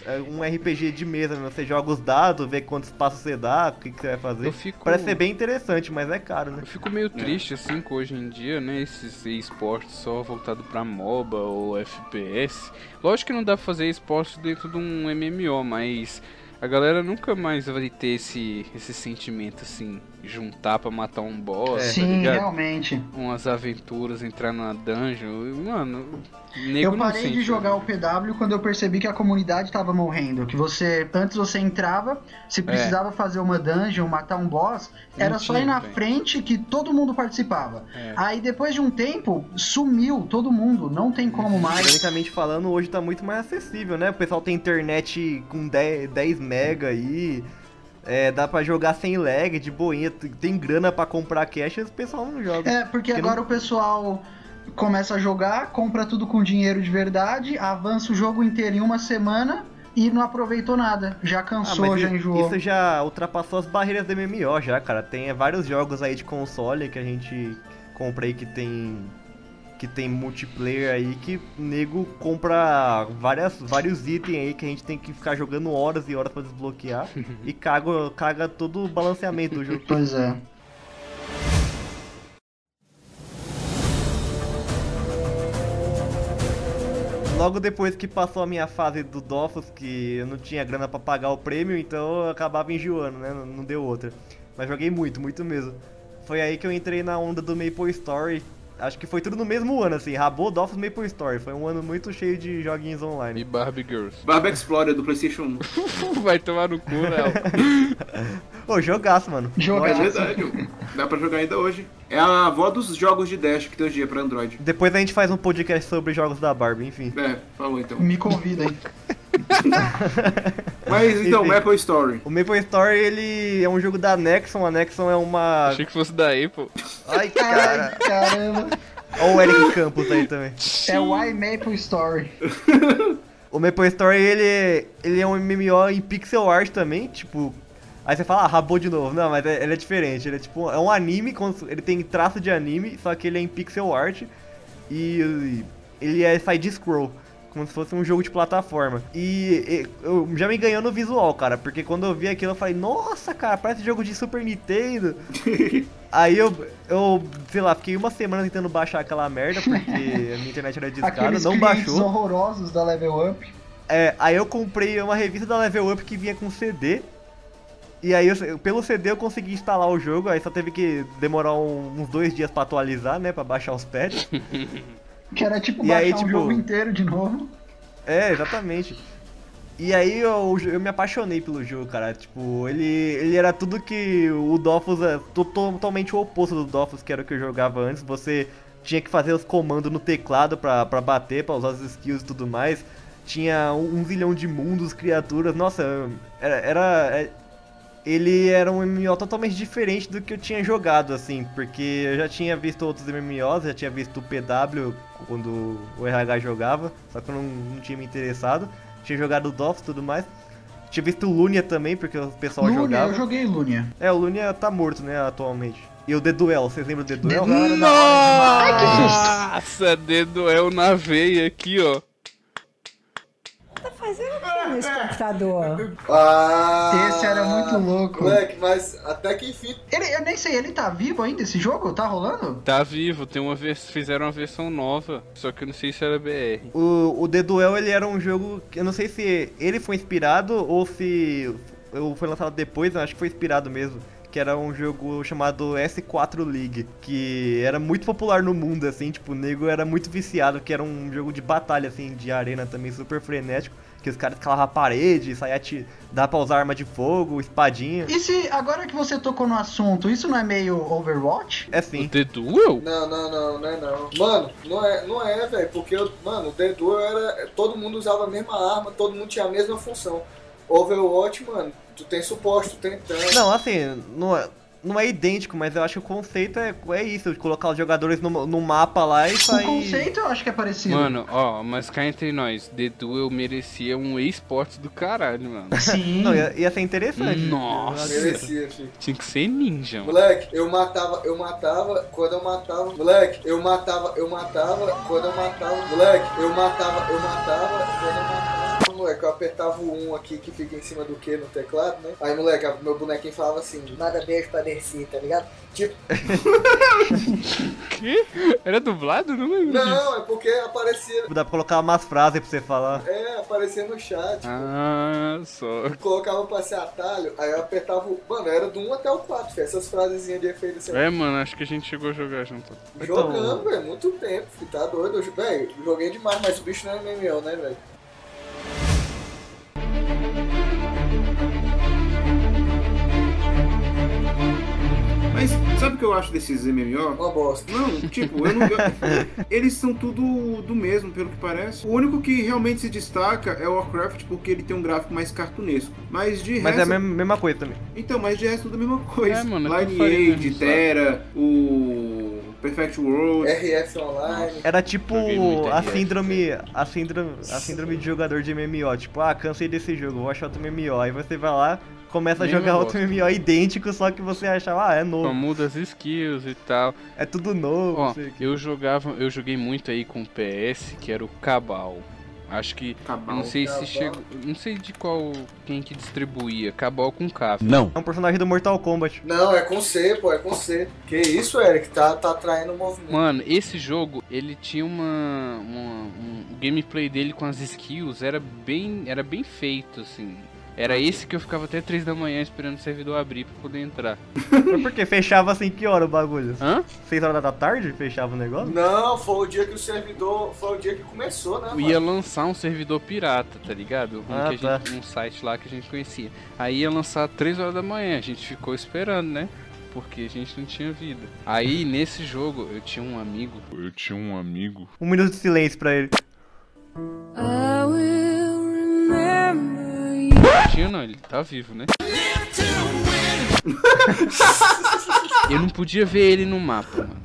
Speaker 3: é um RPG de mesa, né? você joga os dados, vê quantos passos você dá, o que, que você vai
Speaker 2: Eu
Speaker 3: fazer.
Speaker 2: fico.
Speaker 3: Parece ser bem interessante, mas é caro, né?
Speaker 2: Eu fico meio triste assim que hoje em dia, né, esses esportes só voltado pra MOBA ou FPS. Lógico que não dá pra fazer esporte dentro de um MMO, mas a galera nunca mais vai ter esse, esse sentimento assim, juntar pra matar um boss, tá
Speaker 4: Sim,
Speaker 2: ligado?
Speaker 4: realmente.
Speaker 2: Umas aventuras, entrar numa dungeon. Mano, nego né?
Speaker 4: Eu parei de jogar o PW quando eu percebi que a comunidade tava morrendo. Que você. Antes você entrava, se precisava fazer uma dungeon, matar um boss,
Speaker 2: É. Não
Speaker 4: era só
Speaker 2: tinha,
Speaker 4: ir na
Speaker 2: velho.
Speaker 4: frente que todo mundo participava.
Speaker 2: É.
Speaker 4: Aí depois de um tempo, sumiu todo mundo. Não tem
Speaker 2: Uhum.
Speaker 4: como mais.
Speaker 3: Tecnicamente falando, hoje tá muito mais acessível, né? O pessoal tem internet com 10, 10 mega aí. é, dá pra jogar sem lag, de boinha. t- Tem grana pra comprar cash e o pessoal não joga.
Speaker 4: É,
Speaker 3: Porque
Speaker 4: porque agora o pessoal começa a jogar, compra tudo com dinheiro de verdade, avança o jogo inteiro em uma semana e não aproveitou nada.
Speaker 2: Ah,
Speaker 4: Já cansou, já
Speaker 3: Ah, i-
Speaker 4: enjoou.
Speaker 3: isso já ultrapassou as barreiras do MMO já, cara. Tem é, vários jogos aí de console que a gente compra aí que tem que tem multiplayer aí que nego compra várias, vários itens aí que a gente tem que ficar jogando horas e horas pra desbloquear e caga, caga todo o balanceamento do jogo.
Speaker 4: Pois é.
Speaker 3: Logo depois que passou a minha fase do Dofus, que eu não tinha grana pra pagar o prêmio, então eu acabava enjoando, né? Não, não deu outra. Mas joguei muito, muito mesmo. Foi aí que eu entrei na onda do Maple Story. Acho que foi tudo no mesmo ano, assim. Rabou, Dofus, Maple Story. Foi um ano muito cheio de joguinhos
Speaker 2: E
Speaker 3: online.
Speaker 2: Barbie Girls.
Speaker 1: Barba Explorer do PlayStation 1.
Speaker 2: vai tomar no cu, Léo.
Speaker 3: Ô, jogaço, mano.
Speaker 1: É
Speaker 4: Jogar.
Speaker 1: verdade, dá pra jogar ainda hoje. É a avó dos jogos de Dash que tem hoje em dia pra Android.
Speaker 3: Depois a gente faz um podcast sobre jogos da Barbie, enfim.
Speaker 1: É, falou então.
Speaker 4: Me convidem.
Speaker 1: Mas então,
Speaker 3: Enfim.
Speaker 1: Maple Story.
Speaker 3: O Maple Story, ele é um jogo da Nexon. A Nexon é uma.
Speaker 2: Achei que fosse da Apple.
Speaker 3: Ai,
Speaker 4: Ai,
Speaker 3: cara.
Speaker 4: caramba.
Speaker 3: Olha o Eric Campos aí também.
Speaker 4: É o iMaple Story.
Speaker 3: O Maple Story, ele, ele é um MMO em pixel art também, tipo... Aí você fala, ah, rabou de novo. Não, mas é- ele é diferente. Ele é tipo... É um anime, com- ele tem traço de anime, só que ele é em pixel art. E ele é side-scroll. Como se fosse um jogo de plataforma. E, e, eu, já me ganhou no visual, cara. Porque quando eu vi aquilo, eu falei, nossa, cara, parece jogo de Super Nintendo. Aí eu, eu, sei lá, fiquei uma semana tentando baixar aquela merda, porque a minha internet era discada,
Speaker 4: Aqueles
Speaker 3: não
Speaker 4: clientes
Speaker 3: baixou.
Speaker 4: horrorosos da Level Up.
Speaker 3: É, aí eu comprei uma revista da Level Up que vinha com CD. E aí, eu- pelo CD eu consegui instalar o jogo, aí só teve que demorar um- uns dois dias pra atualizar, né? Pra baixar os patches.
Speaker 4: Que era tipo
Speaker 3: E
Speaker 4: baixar
Speaker 3: aí,
Speaker 4: um
Speaker 3: tipo-
Speaker 4: jogo inteiro de novo.
Speaker 3: É, exatamente. E aí eu, eu me apaixonei pelo jogo, cara. Tipo, ele, ele era tudo que o Dofus é to- totalmente o oposto do Dofus, que era o que eu jogava antes. Você tinha que fazer os comandos no teclado pra, pra bater, pra usar os skills e tudo mais. Tinha um, um zilhão de mundos, criaturas. Nossa, era. era- é- ele era um MMO totalmente diferente do que eu tinha jogado, assim, porque eu já tinha visto outros MMOs, já tinha visto o PW quando o RH jogava, só que eu não, não tinha me interessado. Tinha jogado o DOF e tudo mais. Tinha visto o Lunia também, porque o pessoal
Speaker 4: Lunia,
Speaker 3: jogava.
Speaker 4: eu joguei Lunia.
Speaker 3: É, o Lunia tá morto, né, atualmente. E o The Duel, vocês lembram do The Duel?
Speaker 2: Nossa, dedo é o na veia aqui, ó.
Speaker 9: Tá fazendo o que nesse computador?
Speaker 5: Ah,
Speaker 4: Esse era muito louco.
Speaker 5: Moleque, mas até que enfim.
Speaker 4: Ele, eu nem sei, ele tá vivo ainda esse jogo? Tá rolando?
Speaker 2: Tá vivo, tem uma vers- fizeram uma versão nova, só que eu não sei se era BR.
Speaker 3: O, o The Duel ele era um jogo que eu não sei se ele foi inspirado ou se ou foi lançado depois, eu acho que foi inspirado mesmo. Que era um jogo chamado S4 League, que era muito popular no mundo, assim, tipo, o nego era muito viciado, que era um jogo de batalha, assim, de arena também, super frenético, que os caras escalavam a parede, saia ati- dá pra usar arma de fogo, espadinha.
Speaker 4: E se, agora que você tocou no assunto, isso não é meio Overwatch?
Speaker 3: É
Speaker 2: O
Speaker 3: sim.
Speaker 2: The Duel?
Speaker 5: Não, não, não, não é não. Mano, não é, não é, velho. Porque, eu, mano, o The Duel era. Todo mundo usava a mesma arma, todo mundo tinha a mesma função. Overwatch, mano, tu tem suporte, tu tem tanque.
Speaker 3: Não, assim, não é, não é idêntico, mas eu acho que o conceito é, é isso, de colocar os jogadores no, no mapa lá e sair.
Speaker 4: O conceito eu acho que é parecido.
Speaker 2: Mano, ó, mas cá entre nós, The Duel merecia um esportes do caralho, mano.
Speaker 4: Sim.
Speaker 3: Não, é- ia, ia ser interessante.
Speaker 2: Nossa.
Speaker 5: Merecia, filho.
Speaker 2: Tinha que ser ninja, mano.
Speaker 5: Moleque, eu matava, eu matava, quando eu matava, moleque, eu matava, eu matava, quando eu matava, moleque, eu matava, eu matava, quando eu matava, moleque, eu apertava o 1 aqui que fica em cima do Q no teclado, né? Aí, moleque, meu bonequinho falava assim, manda beijo pra Dercy, tá ligado? Tipo,
Speaker 2: Que? Era dublado? Não lembro disso.
Speaker 5: não, é porque aparecia,
Speaker 3: Dá pra colocar umas frases pra você falar.
Speaker 5: é, aparecia no chat.
Speaker 2: Ah, só.
Speaker 5: Colocava pra ser atalho, aí eu apertava o. Mano, era do 1 até o 4, filho, essas frasezinhas de efeito assim.
Speaker 2: É, mano, acho que a gente chegou a jogar junto.
Speaker 5: Jogando, velho, muito tempo, filho, tá doido. Eu, velho, joguei demais, mas o bicho não é MMO, né, velho?
Speaker 1: Mas sabe o que eu acho desses MMO?
Speaker 5: Uma bosta.
Speaker 1: Não, tipo, eu não- eu- eles são tudo do mesmo, pelo que parece. O único que realmente se destaca é o Warcraft, porque ele tem um gráfico mais cartunesco. Mas de
Speaker 3: Mas
Speaker 1: resto.
Speaker 3: é a mesma, mesma coisa também.
Speaker 1: Então, mas de resto tudo a mesma coisa.
Speaker 2: É, mano, é que eu falei
Speaker 1: Lineage,
Speaker 2: mesmo,
Speaker 1: Terra, o Perfect
Speaker 3: É.
Speaker 1: World.
Speaker 5: RF Online.
Speaker 3: Era tipo
Speaker 2: Joguei muito né?
Speaker 3: a
Speaker 2: RF,
Speaker 3: síndrome, a síndrome. A síndrome de jogador de MMO. Tipo, ah, cansei desse jogo, vou achar outro MMO. Aí você vai lá, começa a
Speaker 2: Mesma
Speaker 3: jogar
Speaker 2: bosta.
Speaker 3: outro MMO idêntico, só que você achava, ah,
Speaker 2: Só
Speaker 3: é novo.
Speaker 2: muda as skills e tal.
Speaker 3: É tudo novo.
Speaker 2: Ó,
Speaker 3: não sei o quê.
Speaker 2: eu jogava, eu joguei muito aí com o PS, que era o Cabal. Acho que eu
Speaker 1: Cabal.
Speaker 2: não sei se
Speaker 5: Cabal.
Speaker 2: chegou, não sei de qual quem que distribuía. Cabal com K.
Speaker 7: Não.
Speaker 3: É um personagem do Mortal Kombat.
Speaker 5: Não, é com C, pô, é com C. Que isso, Eric? Tá, tá traindo o movimento.
Speaker 2: Mano, esse jogo, ele tinha uma, uma- um, o gameplay dele com as skills era bem, era bem feito assim. Era esse que eu ficava até 3 da manhã esperando o servidor abrir pra poder entrar.
Speaker 3: Mas por quê? Fechava assim que hora o bagulho?
Speaker 2: Hã?
Speaker 3: seis horas da tarde fechava o negócio?
Speaker 5: Não, foi o dia que o servidor. Foi o dia que começou, né? Mano?
Speaker 2: Ia lançar um servidor pirata, tá ligado? Um,
Speaker 3: Ah,
Speaker 2: que a gente- um site lá que a gente conhecia. Aí ia lançar 3 horas da manhã, a gente ficou esperando, né? Porque a gente não tinha vida. Aí nesse jogo eu tinha um amigo.
Speaker 6: Eu tinha um amigo.
Speaker 3: Um minuto de silêncio pra ele.
Speaker 9: I will remember you.
Speaker 2: Tinha não, ele tá vivo, né? Eu não podia ver ele no mapa, mano.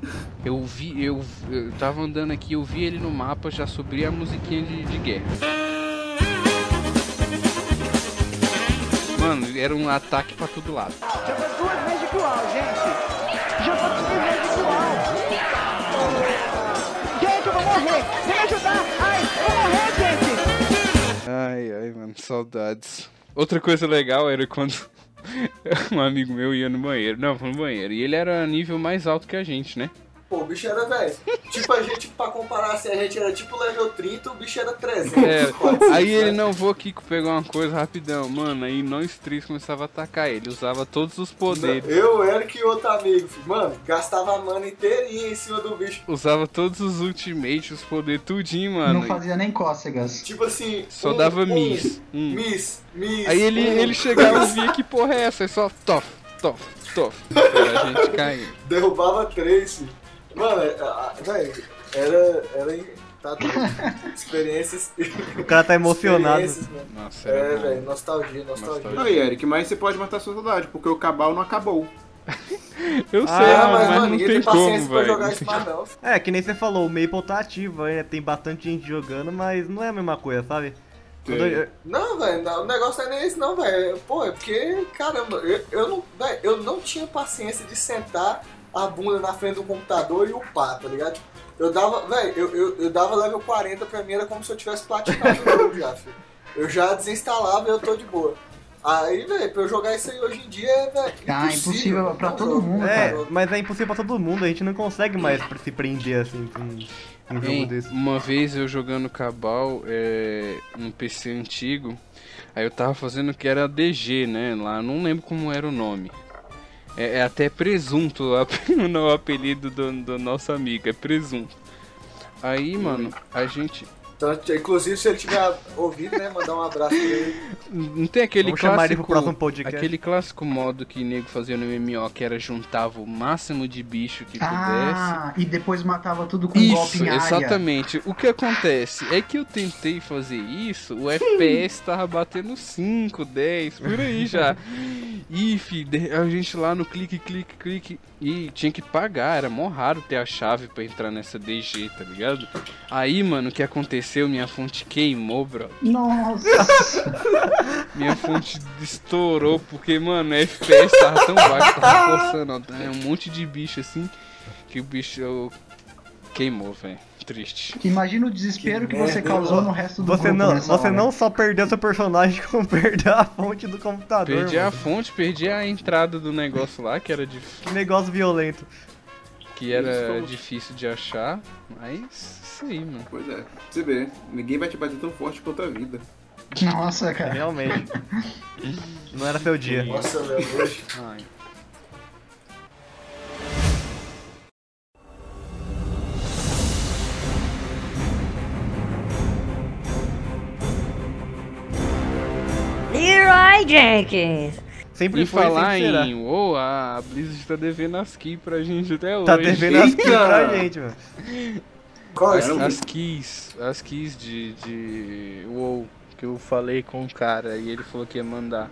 Speaker 2: Eu vi, eu, eu tava andando aqui, eu vi ele no mapa, já subi a musiquinha de, de guerra. Mano, era um ataque pra todo lado.
Speaker 8: Jogou duas Magic Wall, gente. Jogou três Magic Wall. Gente, eu vou vou morrer! Vem me ajudar! Ai, eu vou morrer, gente!
Speaker 2: Ai, ai, mano, saudades. Outra coisa legal era quando um amigo meu ia no banheiro. Não, foi no banheiro. E ele era nível mais alto que a gente, né?
Speaker 5: Pô, o bicho era, velho. Tipo, a gente, pra comparar, assim, a gente era tipo level 30, o bicho era 300.
Speaker 2: É,
Speaker 5: 400,
Speaker 2: aí ele
Speaker 5: né?
Speaker 2: não vou aqui pegar uma coisa rapidão, mano. Aí nós três começava a atacar ele, usava todos os poderes,
Speaker 5: Eu, Eric e outro amigo, filho. mano, gastava a mana inteirinha em cima do bicho.
Speaker 2: usava todos os ultimates, os poderes tudinho, mano.
Speaker 4: Não fazia nem cócegas.
Speaker 5: Tipo assim.
Speaker 2: Só
Speaker 5: um,
Speaker 2: dava
Speaker 5: um,
Speaker 2: miss. Hum.
Speaker 5: Miss, miss.
Speaker 2: Aí ele,
Speaker 5: um.
Speaker 2: ele chegava e via que porra é essa, aí só tof, tof, tof. Era a gente caindo.
Speaker 5: Derrubava três, filho. Mano, é, velho, era. era tá doido. Experiências.
Speaker 3: O cara tá emocionado.
Speaker 5: Experiências, mano.
Speaker 2: Nossa, era
Speaker 5: É,
Speaker 2: bom.
Speaker 5: velho, nostalgia, nostalgia.
Speaker 2: Nostalgia.
Speaker 1: Aí, Eric, mas você pode matar sua saudade, porque o cabal não acabou.
Speaker 2: Eu sei,
Speaker 3: Ah,
Speaker 5: Ah,
Speaker 2: mano,
Speaker 5: mas,
Speaker 2: mas,
Speaker 5: mano,
Speaker 2: não
Speaker 5: ninguém
Speaker 2: tem
Speaker 5: tem
Speaker 2: como,
Speaker 5: paciência pra
Speaker 2: velho.
Speaker 5: jogar
Speaker 2: Não
Speaker 5: esse
Speaker 2: tem
Speaker 5: mar, não.
Speaker 3: É, que nem você falou, o Maple tá ativo, ainda tem bastante gente jogando, mas não é a mesma coisa, sabe?
Speaker 1: Tem.
Speaker 3: Quando eu-
Speaker 5: Não, velho, não, o negócio não é nem esse não, velho. Pô, é porque, caramba, eu, eu não, velho, eu não tinha paciência de sentar a bunda na frente do computador e upar, tá ligado? Tipo, Eu dava, velho, eu, eu, eu dava level 40 pra mim, era como se eu tivesse platinado o jogo já, filho. Eu já desinstalava e eu tô de boa. Aí, velho, pra eu jogar isso aí hoje em dia é, velho,
Speaker 4: Ah, impossível pra
Speaker 5: Não
Speaker 4: todo
Speaker 5: jogo,
Speaker 4: mundo,
Speaker 5: não
Speaker 3: É,
Speaker 5: jogo.
Speaker 3: mas é impossível pra todo mundo, a gente não consegue mais pra se prender assim com um jogo
Speaker 2: Hein,
Speaker 3: desse.
Speaker 2: uma vez eu jogando Cabal é, num PC antigo, aí eu tava fazendo o que era DG, né? Lá não lembro como era o nome. É, é até presunto o ap- o apelido do, do nosso amigo, é presunto. Aí, mano, a gente.
Speaker 5: Então, inclusive, se ele tiver ouvido, né, mandar um abraço pra ele.
Speaker 2: Não tem aquele
Speaker 3: Vamos
Speaker 2: clássico.
Speaker 3: chamar ele pro próximo podcast.
Speaker 2: Aquele clássico modo que nego fazia no MMO, que era juntava o máximo de bicho
Speaker 3: tipo
Speaker 2: que pudesse.
Speaker 4: Ah, e depois matava tudo com um golpe
Speaker 2: Isso,
Speaker 4: em área.
Speaker 2: exatamente. O que acontece é que eu tentei fazer isso, o FPS tava batendo 5, 10, por aí já. E fi, de- a gente lá no clique, clique, clique. E tinha que pagar, era mó raro ter a chave pra entrar nessa DG, tá ligado? Aí, mano, o que aconteceu? Minha fonte queimou, bro.
Speaker 4: Nossa!
Speaker 2: Minha fonte estourou, porque, mano, o FPS tava tão baixo, tava forçando, ó, né, um monte de bicho assim, que o bicho eu- queimou, velho. Triste.
Speaker 4: Imagina o desespero que, você
Speaker 5: merda,
Speaker 4: causou
Speaker 5: mano.
Speaker 4: no resto do
Speaker 3: Você
Speaker 4: grupo
Speaker 3: não,
Speaker 4: nessa
Speaker 3: você
Speaker 4: hora.
Speaker 3: não só perdeu seu personagem, como perdeu a fonte do computador.
Speaker 2: Perdi a
Speaker 3: mano.
Speaker 2: fonte, perdi a entrada do negócio lá, que era, dif-
Speaker 3: Que negócio violento.
Speaker 2: que era difícil de achar, mas isso aí, mano.
Speaker 1: Pois é, você vê, ninguém vai te bater tão forte quanto a vida.
Speaker 4: Nossa, cara.
Speaker 3: Realmente. Não era seu dia.
Speaker 5: Nossa, velho, hoje.
Speaker 9: Leroy Jenkins.
Speaker 3: Sempre
Speaker 2: E
Speaker 3: foi,
Speaker 2: falar
Speaker 3: sempre será.
Speaker 2: em WoW, a Blizzard tá devendo as keys pra gente até hoje.
Speaker 3: Tá devendo as kills
Speaker 1: Eita!
Speaker 3: pra gente, mano.
Speaker 5: Qual é
Speaker 1: Era um-
Speaker 2: As keys, as keys de, de WoW, que eu falei com o cara e ele falou que ia mandar.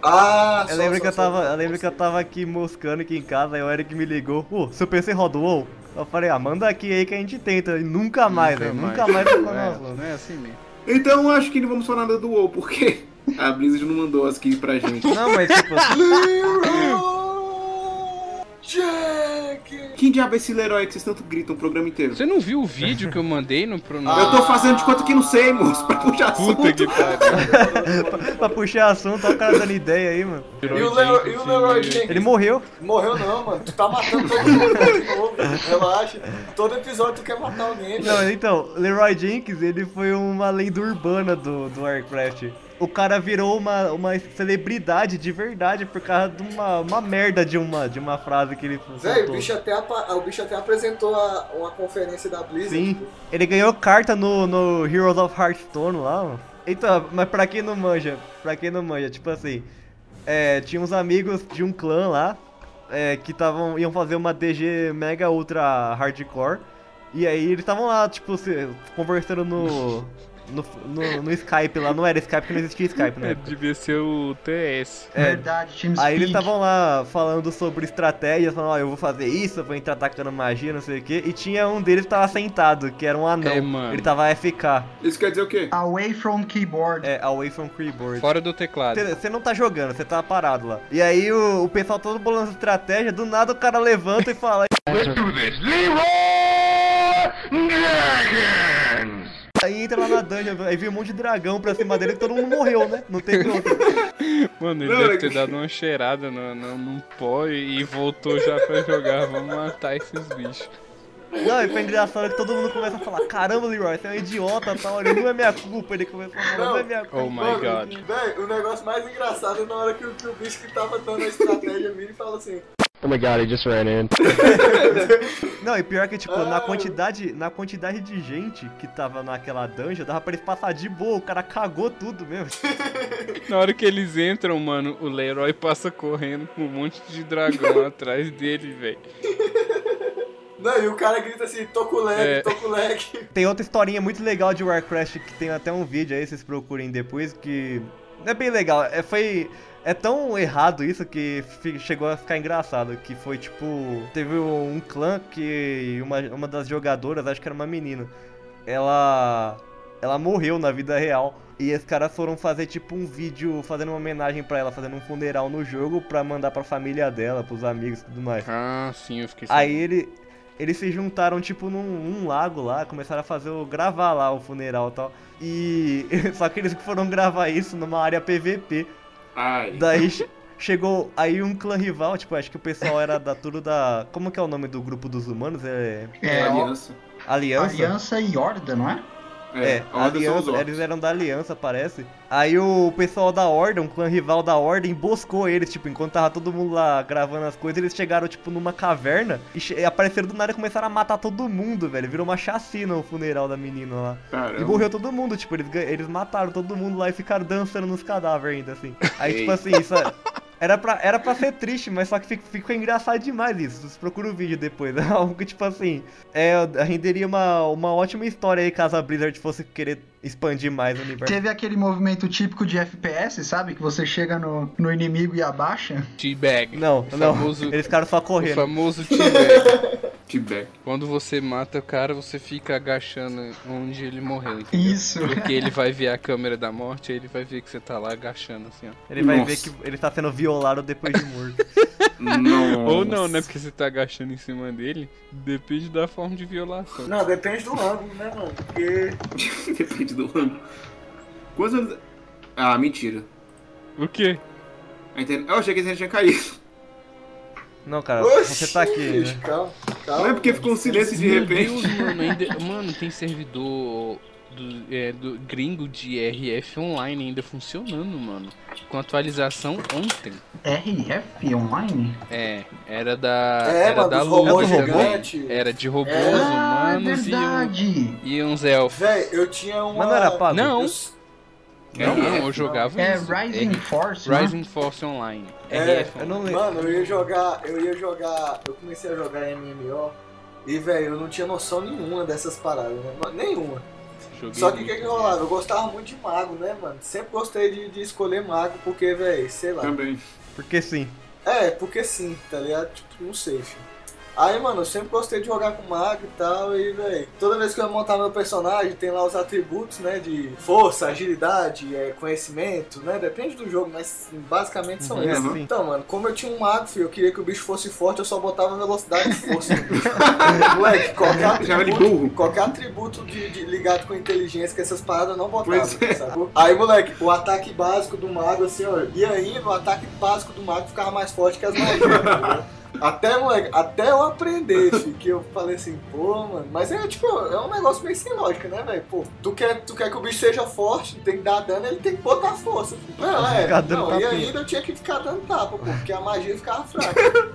Speaker 5: Ah,
Speaker 3: Eu
Speaker 5: só-
Speaker 3: lembro
Speaker 5: só-
Speaker 3: que eu
Speaker 5: só-
Speaker 3: tava, eu lembro que eu tava aqui moscando aqui em casa, aí o Eric me ligou, ô, seu PC rodou? Eu falei, ah, manda aqui aí que a gente tenta. E nunca mais, né? Nunca mais
Speaker 2: não,
Speaker 3: ficou
Speaker 2: é,
Speaker 3: nós,
Speaker 2: não
Speaker 3: mano.
Speaker 2: é assim mesmo.
Speaker 1: Então acho que não vamos falar nada do WoW, porque a Blizzard não mandou as keys pra gente.
Speaker 3: Não, mas tipo,
Speaker 5: Leroy Jenkins.
Speaker 1: Quem diabo é esse Leroy que vocês tanto gritam o programa inteiro?
Speaker 2: Você não viu o vídeo que eu mandei no pro
Speaker 1: Eu
Speaker 3: Ah.
Speaker 1: tô fazendo de conta que não sei, moço, pra puxar
Speaker 2: Ah. Puta
Speaker 1: assunto.
Speaker 2: que pariu.
Speaker 3: pra puxar assunto, olha o cara dando ideia aí, mano.
Speaker 5: E o Leroy, e o Leroy Jenkins?
Speaker 3: Ele morreu.
Speaker 5: Morreu não, mano. Tu tá matando todo mundo de novo. Relaxa. Todo episódio tu quer matar alguém,
Speaker 3: Não,
Speaker 5: velho.
Speaker 3: então, Leroy Jenkins, ele foi uma lenda urbana do, do Warcraft. O cara virou uma, uma celebridade de verdade por causa de uma, uma merda de uma, de uma frase que ele
Speaker 5: Velho, o
Speaker 3: soltou.
Speaker 5: bicho até, apa- o bicho até apresentou a, uma conferência da Blizzard.
Speaker 3: Sim, ele ganhou carta no, no Heroes of Hearthstone lá, mano. Então, mas pra quem não manja, pra quem não manja, tipo assim, é, tinha uns amigos de um clã lá, é, que tavam, iam fazer uma DG mega ultra hardcore, e aí eles estavam lá, tipo, se- conversando no, no, no, no Skype lá, não era Skype, porque não existia Skype, né?
Speaker 2: Devia ser o TS.
Speaker 4: Verdade, time
Speaker 3: É. Aí eles estavam lá falando sobre estratégias, falando, ó, eu vou fazer isso, eu vou entrar atacando magia, não sei o quê. E tinha um deles que tava sentado, que era um anão.
Speaker 2: É, mano.
Speaker 3: Ele tava FK,
Speaker 1: Isso quer dizer o quê?
Speaker 4: Away from keyboard.
Speaker 3: é, away from keyboard.
Speaker 2: Fora do teclado.
Speaker 3: Você você não tá jogando, você tá parado lá. E aí o, o pessoal todo bolando estratégia, do nada o cara levanta e fala,
Speaker 6: Let's do this. Leroy
Speaker 3: Aí entra lá na dungeon, aí vem um monte de dragão pra cima dele e todo mundo morreu, né? Não tem outro.
Speaker 2: Mano, ele
Speaker 1: Não,
Speaker 2: deve
Speaker 1: é
Speaker 2: ter
Speaker 1: que-
Speaker 2: dado uma cheirada no, no, num pó e, e voltou já pra jogar. Vamos matar esses bichos.
Speaker 3: Não, e foi engraçado que todo mundo começa a falar, caramba, Leroy, você é um idiota e tal, ele não é minha culpa, ele começa a falar, não, é minha culpa.
Speaker 2: Oh my god.
Speaker 5: Véi, o negócio mais engraçado é na hora que o, que o bicho que tava dando a estratégia vira e fala assim:
Speaker 3: Não, e pior que, tipo, na quantidade, na quantidade de gente que tava naquela dungeon, dava pra eles passar de boa, o cara cagou tudo mesmo.
Speaker 2: Na hora que eles entram, mano, o Leroy passa correndo com um monte de dragão atrás dele, velho.
Speaker 5: Não, e o cara grita assim: tô com lag,
Speaker 2: É.
Speaker 5: tô com lag.
Speaker 3: Tem outra historinha muito legal de Warcraft que tem até um vídeo aí, vocês procurem depois, que é bem legal. É, foi, é tão errado isso que fi- chegou a ficar engraçado. Que foi tipo. Teve um clã que uma, uma das jogadoras, acho que era uma menina, ela. Ela morreu na vida real. E esses caras foram fazer tipo um vídeo fazendo uma homenagem pra ela, fazendo um funeral no jogo pra mandar pra família dela, pros amigos e tudo mais.
Speaker 2: Ah, sim, eu fiquei
Speaker 3: Aí ele, eles se juntaram, tipo, num, num lago lá, começaram a fazer o. gravar lá o funeral e tal. E. Só que eles foram gravar isso numa área PVP.
Speaker 1: Ai.
Speaker 3: Daí che- chegou. Aí um clã rival, tipo, acho que o pessoal era da tudo da. Como que é o nome do grupo dos humanos? É.
Speaker 1: É,
Speaker 4: É, ó,
Speaker 1: aliança.
Speaker 3: Aliança?
Speaker 4: Aliança e Horda, não é?
Speaker 1: É,
Speaker 3: É,
Speaker 1: a ordem são os
Speaker 3: aliança,
Speaker 1: orcs.
Speaker 3: eles eram da aliança, parece. Aí o pessoal da Ordem, um clã rival da Ordem, emboscou eles, tipo, enquanto tava todo mundo lá gravando as coisas, eles chegaram, tipo, numa caverna e che- apareceram do nada e começaram a matar todo mundo, velho. Virou uma chacina o funeral da menina lá. E
Speaker 1: Caramba.
Speaker 3: morreu todo mundo, tipo, eles, gan- eles mataram todo mundo lá e ficaram dançando nos cadáveres ainda, assim. Aí,
Speaker 1: Ei.
Speaker 3: tipo assim, isso era pra, era pra ser triste, mas só que fi- ficou engraçado demais isso. Vocês procuram o vídeo depois. É algo que, tipo assim, é, renderia uma, uma ótima história aí caso a Blizzard fosse querer expandir mais o universo.
Speaker 4: Teve aquele movimento típico de FPS, sabe? Que você chega no, no inimigo e abaixa.
Speaker 2: T-Bag.
Speaker 3: Não,
Speaker 2: o
Speaker 3: não.
Speaker 2: Famoso,
Speaker 3: Eles ficaram só
Speaker 2: o
Speaker 3: correndo.
Speaker 2: famoso T-Bag.
Speaker 1: T-Bag.
Speaker 2: Quando você mata o cara, você fica agachando onde ele morreu, entendeu?
Speaker 4: Isso.
Speaker 2: Porque ele vai ver a câmera da morte, aí ele vai ver que você tá lá agachando assim, ó.
Speaker 3: Ele vai
Speaker 1: Nossa.
Speaker 3: ver que ele tá sendo violado depois de morto.
Speaker 1: Não.
Speaker 2: Ou não, né? Porque você tá agachando em cima dele. Depende da forma de violação.
Speaker 5: Não, depende do ângulo, né, mano? Porque.
Speaker 1: Depende do ano. Quantos anos. Ah, mentira.
Speaker 2: O quê?
Speaker 1: A internet- Eu achei que a internet tinha caído.
Speaker 3: Não, cara,
Speaker 5: Oxi,
Speaker 3: você tá aqui. né?
Speaker 5: Calma, calma.
Speaker 1: Não é porque ficou um silêncio de repente.
Speaker 2: Deus, mano, ainda... mano, tem servidor do, é, do gringo de RF online ainda funcionando, mano. Com atualização ontem.
Speaker 4: RF online?
Speaker 2: É, era da.
Speaker 5: É,
Speaker 2: era
Speaker 5: mano,
Speaker 2: da
Speaker 5: dos robôs
Speaker 2: Lua também.
Speaker 5: gigantes.
Speaker 2: Era de robôs
Speaker 5: É.
Speaker 4: Ah, é
Speaker 2: humanos e, um,
Speaker 4: verdade!
Speaker 2: e uns elfos.
Speaker 5: Véi, eu tinha uma.
Speaker 3: Mas não era pago?
Speaker 2: Não,
Speaker 1: É,
Speaker 2: não, não, eu jogava
Speaker 4: É
Speaker 2: isso.
Speaker 4: Rising Force, né?
Speaker 2: Rising Force Online.
Speaker 5: É,
Speaker 2: RF
Speaker 3: Eu não lembro.
Speaker 5: Mano, eu ia jogar, eu ia jogar, eu comecei a jogar MMO e, velho, eu não tinha noção nenhuma dessas paradas, né? mano? Nenhuma.
Speaker 2: Joguei
Speaker 5: Só que o
Speaker 2: muito.
Speaker 5: que que rolava? Eu gostava muito de mago, né, mano? Sempre gostei de, de escolher mago porque, velho, sei lá.
Speaker 1: Também.
Speaker 3: Porque sim.
Speaker 5: É, porque sim, tá ligado? Tipo, não sei, filho. Aí, mano, eu sempre gostei de jogar com mago e tal, e, velho, toda vez que eu ia montar meu personagem, tem lá os atributos, né, de força, agilidade, é, conhecimento, né, depende do jogo, mas basicamente são
Speaker 3: Uhum,
Speaker 5: esses.
Speaker 3: sim.
Speaker 5: Então, mano, como eu tinha um mago, filho, eu queria que o bicho fosse forte, eu só botava velocidade e força. Moleque, qualquer
Speaker 1: Chama é de
Speaker 5: atributo,
Speaker 1: burro.
Speaker 5: qualquer atributo de, de- ligado com inteligência, que essas paradas eu não botavam,
Speaker 1: Pois é.
Speaker 5: sacou? Aí, moleque, o ataque básico do mago, assim, ó, e aí o ataque básico do mago ficava mais forte que as magias, entendeu? Até, moleque, até eu aprender, fi, que eu falei assim, pô, mano, mas é tipo, é um negócio meio sem lógica, né, velho? Pô, tu quer, tu quer que o bicho seja forte, tem que dar dano, ele tem que botar força. fi. Não, é,
Speaker 3: Ficar dando
Speaker 5: não, e
Speaker 3: tapinha.
Speaker 5: ainda eu tinha que ficar dando tapa, pô, porque a magia ficava fraca.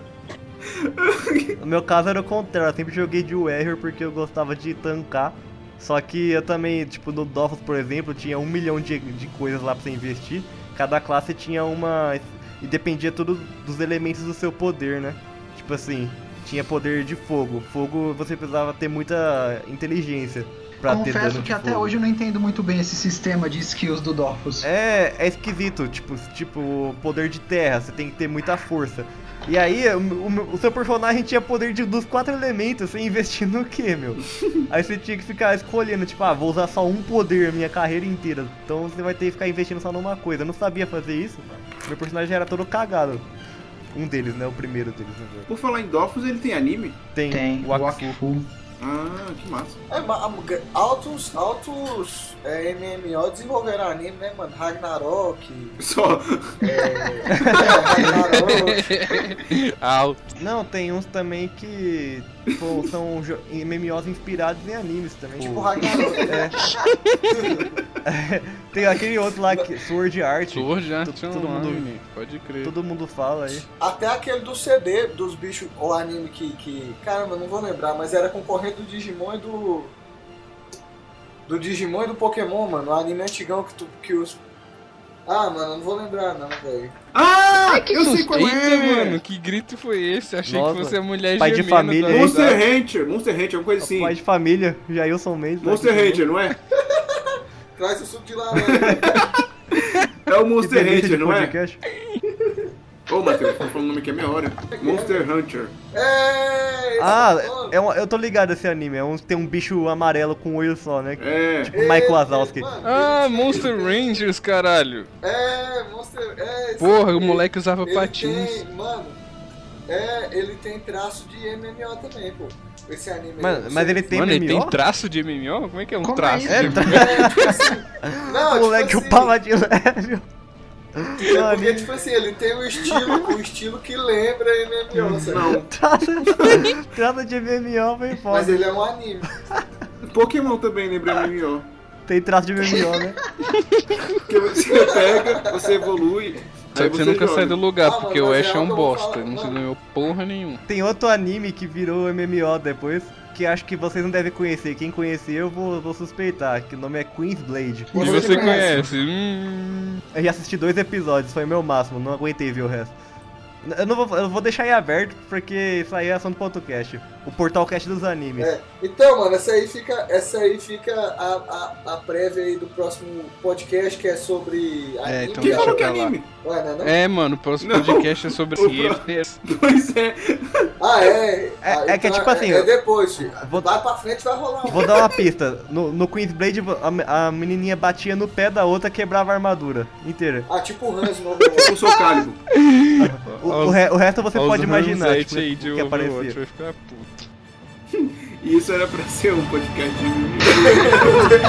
Speaker 3: No meu caso era o contrário, eu sempre joguei de Warrior porque eu gostava de tancar. Só que eu também, tipo, no Dofus, por exemplo, tinha um milhão de, de coisas lá pra você investir. Cada classe tinha uma. E dependia tudo dos elementos do seu poder, né? Tipo assim, tinha poder de fogo. Fogo você precisava ter muita inteligência pra ter dano
Speaker 4: Confesso
Speaker 3: de
Speaker 4: que até
Speaker 3: fogo.
Speaker 4: hoje eu não entendo muito bem esse sistema de skills do Dofus.
Speaker 3: É, é esquisito, tipo, tipo, poder de terra, você tem que ter muita força. E aí, o, o- o seu personagem tinha poder de, dos quatro elementos, você investiu no quê, meu? aí você tinha que ficar escolhendo, tipo, ah, vou usar só um poder a minha carreira inteira. Então você vai ter que ficar investindo só numa coisa. Eu não sabia fazer isso, meu personagem era todo cagado. Um deles, né? O primeiro deles, né?
Speaker 1: Por falar em Dofus, ele tem anime?
Speaker 3: Tem,
Speaker 4: Tem,
Speaker 3: o Akfu.
Speaker 4: Wakfu.
Speaker 1: Ah, que massa.
Speaker 5: É, ma- a- g- altos, altos é, MMO desenvolveram anime, né, mano? Ragnarok.
Speaker 1: Só.
Speaker 5: É, Ragnarok. Tipo
Speaker 2: Au.
Speaker 3: Não, tem uns também que pô, são jo- MMOs inspirados em animes também.
Speaker 5: Tipo,
Speaker 3: Tipo, é.
Speaker 5: Ragnarok.
Speaker 3: tem aquele outro lá, que, Sword Art.
Speaker 2: Sword Art
Speaker 3: Todo- todo mundo-
Speaker 2: Online, pode crer.
Speaker 3: Todo mundo fala aí.
Speaker 5: Até aquele do CD, dos bichos, ou anime que, que. Caramba, eu não vou lembrar, mas era concorrente do Digimon e do. Do Digimon e do Pokémon, mano. O anime antigão que, tu, que os. Ah, mano, eu não vou lembrar, não, velho.
Speaker 1: Ah, eu sei
Speaker 2: Eita,
Speaker 1: qual é,
Speaker 2: mano, que grito foi esse? Achei
Speaker 3: Nossa,
Speaker 2: que fosse a mulher
Speaker 3: pai de
Speaker 2: gemendo
Speaker 3: família,
Speaker 2: da-
Speaker 3: hein?
Speaker 1: Monster Hunter, Monster Hunter, alguma coisa assim.
Speaker 3: Pai de família, Jailson Mendes. né,
Speaker 1: Monster
Speaker 3: que também.
Speaker 1: Hunter, não é?
Speaker 5: Traz o suco de laranja.
Speaker 1: É o
Speaker 3: Que
Speaker 1: Monster
Speaker 3: delícia
Speaker 1: Hunter,
Speaker 3: de
Speaker 1: não é?
Speaker 3: podcast.
Speaker 1: Ô, Matheus, tá falando o nome que é meia hora. Monster Hunter.
Speaker 5: é! esse
Speaker 3: Ah,
Speaker 5: mano.
Speaker 3: é um- eu tô ligado esse anime. É um, tem um bicho amarelo com um olho só, né?
Speaker 1: É.
Speaker 3: Tipo Michael Wazowski.
Speaker 5: Mano,
Speaker 2: Ah,
Speaker 5: ele-
Speaker 2: Monster Rangers, caralho.
Speaker 5: É, Monster. É, esse-
Speaker 2: Porra, o
Speaker 5: ele-
Speaker 2: moleque usava
Speaker 5: ele
Speaker 2: patins.
Speaker 5: Tem, mano, é, ele tem traço de MMO também, pô. Esse anime. aí,
Speaker 3: Mano,
Speaker 5: eu não
Speaker 3: mas
Speaker 5: sei.
Speaker 3: ele tem
Speaker 2: Mano, ele tem
Speaker 3: MMO?
Speaker 2: traço de MMO? Como é que é um
Speaker 4: Como é
Speaker 2: traço?
Speaker 4: isso?
Speaker 2: de
Speaker 3: É, tra-
Speaker 5: É, tipo assim. Não,
Speaker 3: O
Speaker 5: tipo
Speaker 3: moleque,
Speaker 5: assim,
Speaker 3: o paladino leve.
Speaker 5: É porque, tipo assim, ele tem um estilo, um estilo que lembra MMO, sabe?
Speaker 1: Não.
Speaker 3: Trata de MMO, vem foda.
Speaker 5: Mas ele é um anime.
Speaker 1: Pokémon também um lembra MMO.
Speaker 3: Tem traço de MMO, né?
Speaker 1: Porque você pega, você evolui.
Speaker 2: Só
Speaker 1: aí
Speaker 2: que você nunca
Speaker 1: joga.
Speaker 2: sai do lugar,
Speaker 5: Ah,
Speaker 2: porque
Speaker 5: mano,
Speaker 2: o
Speaker 5: mas
Speaker 2: Ash
Speaker 5: é
Speaker 2: é um
Speaker 5: algo que eu vou
Speaker 2: bosta.
Speaker 5: falar,
Speaker 2: Não se
Speaker 5: mano.
Speaker 2: ganhou porra nenhuma.
Speaker 3: Tem outro anime que virou MMO depois, que acho que vocês não devem conhecer. Quem conhecer, eu vou, vou suspeitar, que o nome é Queen's Blade.
Speaker 2: E
Speaker 5: Você
Speaker 2: você
Speaker 5: conhece?
Speaker 2: conhece? Hum.
Speaker 3: Eu já assisti dois episódios, foi o meu máximo, não aguentei ver o resto. N- Eu não vou, eu vou deixar aí aberto, porque isso aí é ação do podcast. O portal cast dos animes.
Speaker 5: É. Então, mano, essa aí fica, essa aí fica a, a, a prévia aí do próximo podcast que é sobre anime.
Speaker 2: É, então
Speaker 1: Quem
Speaker 2: deixa
Speaker 1: falou que é
Speaker 2: pra lá.
Speaker 1: anime?
Speaker 5: Ué, não é não?
Speaker 2: É, mano, o próximo
Speaker 1: Não.
Speaker 2: podcast é sobre
Speaker 1: O
Speaker 2: ciência.
Speaker 1: Pois é.
Speaker 5: Ah, é.
Speaker 3: É-
Speaker 5: Ah,
Speaker 3: é que é tipo assim,
Speaker 5: É,
Speaker 3: eu-
Speaker 5: depois, filho.
Speaker 3: vou-
Speaker 5: Vai pra frente vai rolar um.
Speaker 3: Vou dar uma pista. No, no Queen's Blade, a, a menininha batia no pé da outra, quebrava a armadura inteira.
Speaker 5: Ah, tipo o Hans no
Speaker 1: Eu sou Calibur.
Speaker 3: O, o re- o resto você
Speaker 2: Aos
Speaker 3: pode imaginar,
Speaker 2: Ramsete
Speaker 3: tipo,
Speaker 2: aí
Speaker 3: o
Speaker 2: de um
Speaker 3: que
Speaker 2: Overwatch,
Speaker 3: aparecia.
Speaker 2: vai ficar puto.
Speaker 1: E isso era pra ser um podcast de MMO.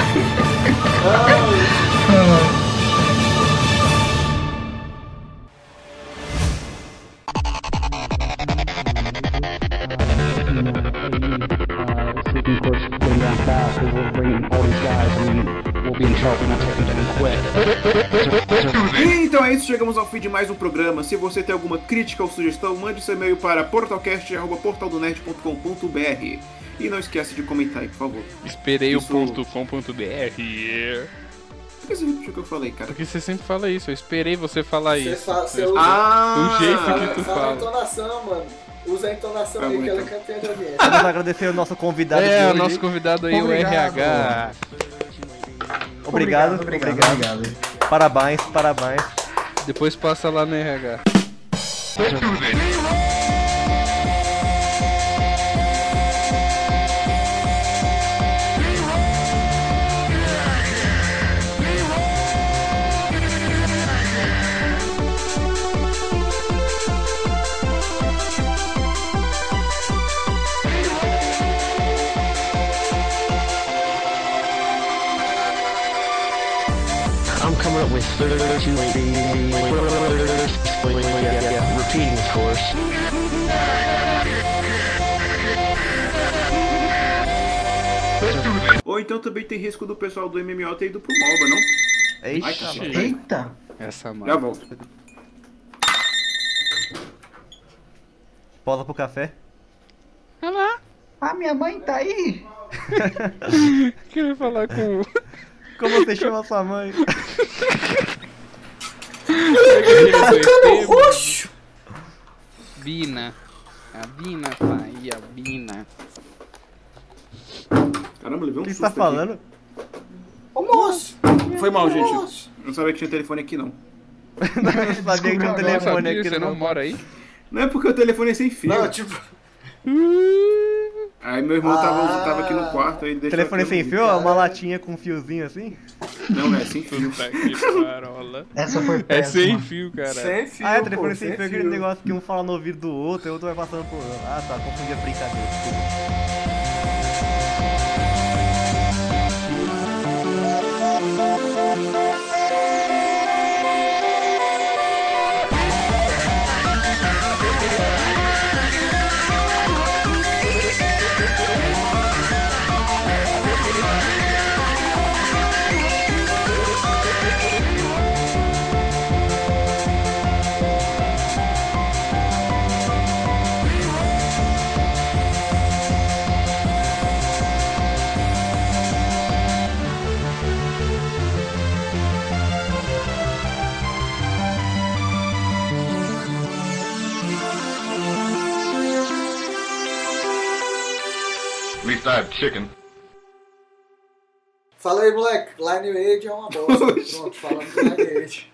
Speaker 1: E então é isso, chegamos ao fim de mais um programa. Se você tem alguma crítica ou sugestão, mande seu e-mail para portalcast.portaldonet.com.br. E não esqueça de comentar aí, por favor.
Speaker 5: É,
Speaker 2: Esperei.com.br.
Speaker 1: Por que você repetiu o que eu falei, cara?
Speaker 2: Porque você sempre fala isso, eu esperei você falar
Speaker 5: Você
Speaker 2: isso.
Speaker 5: fala- você usa-
Speaker 1: Ah!
Speaker 2: O jeito que
Speaker 5: Fala,
Speaker 2: tu
Speaker 5: fala a
Speaker 2: fala.
Speaker 5: entonação, mano. Usa a entonação
Speaker 1: Tá
Speaker 5: aí
Speaker 1: bom,
Speaker 5: que ela é
Speaker 1: então.
Speaker 5: campeã de audiência.
Speaker 3: Vamos agradecer o nosso convidado de
Speaker 2: É, o
Speaker 3: hoje.
Speaker 2: nosso convidado aí, o
Speaker 4: Obrigado.
Speaker 2: RH.
Speaker 3: Obrigado,
Speaker 4: obrigado,
Speaker 3: obrigado.
Speaker 4: obrigado.
Speaker 3: Parabéns, parabéns.
Speaker 2: Depois passa lá no RH.
Speaker 10: I'm coming up with 30 repeating, of course.
Speaker 1: Ou então também tem risco do pessoal do MMO ter ido pro MOBA, não?
Speaker 3: Ixi.
Speaker 4: Eita!
Speaker 2: Essa
Speaker 1: Já
Speaker 2: mano.
Speaker 1: volto.
Speaker 3: Pausa pro café.
Speaker 4: Ah, minha mãe tá aí!
Speaker 2: Queria falar com.
Speaker 3: Como você chama sua mãe?
Speaker 2: Bina. A Bina, pai, a Bina.
Speaker 1: Caramba, levei um
Speaker 3: O
Speaker 1: susto
Speaker 3: que você tá
Speaker 1: aqui.
Speaker 3: falando?
Speaker 5: Ô moço!
Speaker 1: Foi mal, gente. Eu não sabia que tinha telefone aqui, não.
Speaker 3: Eu não sabia que tinha um
Speaker 4: Descobriu agora.
Speaker 3: telefone
Speaker 2: Sabia,
Speaker 3: aqui
Speaker 2: você não
Speaker 3: no
Speaker 2: mora aí?
Speaker 1: Não é porque o telefone é sem fio.
Speaker 5: Não, tipo,
Speaker 1: Aí meu irmão tava,
Speaker 5: Ah.
Speaker 1: tava aqui no quarto, aí ele deixou...
Speaker 3: Telefone
Speaker 1: aqui.
Speaker 3: sem fio, ó, uma latinha com um fiozinho assim?
Speaker 1: Não, é sem fio.
Speaker 2: Puta que parola.
Speaker 4: Essa foi
Speaker 2: É
Speaker 4: péssima.
Speaker 2: sem fio, cara.
Speaker 5: sem fio.
Speaker 3: Ah, é,
Speaker 5: pô,
Speaker 3: telefone sem fio é aquele
Speaker 5: fio.
Speaker 3: negócio que um fala no ouvido do outro e o outro vai passando por. Ah, tá, confundi a brincadeira. desculpa.
Speaker 6: At least I have chicken.
Speaker 5: Fala aí, moleque. Lineage é uma bosta. Pronto, falando de Lineage.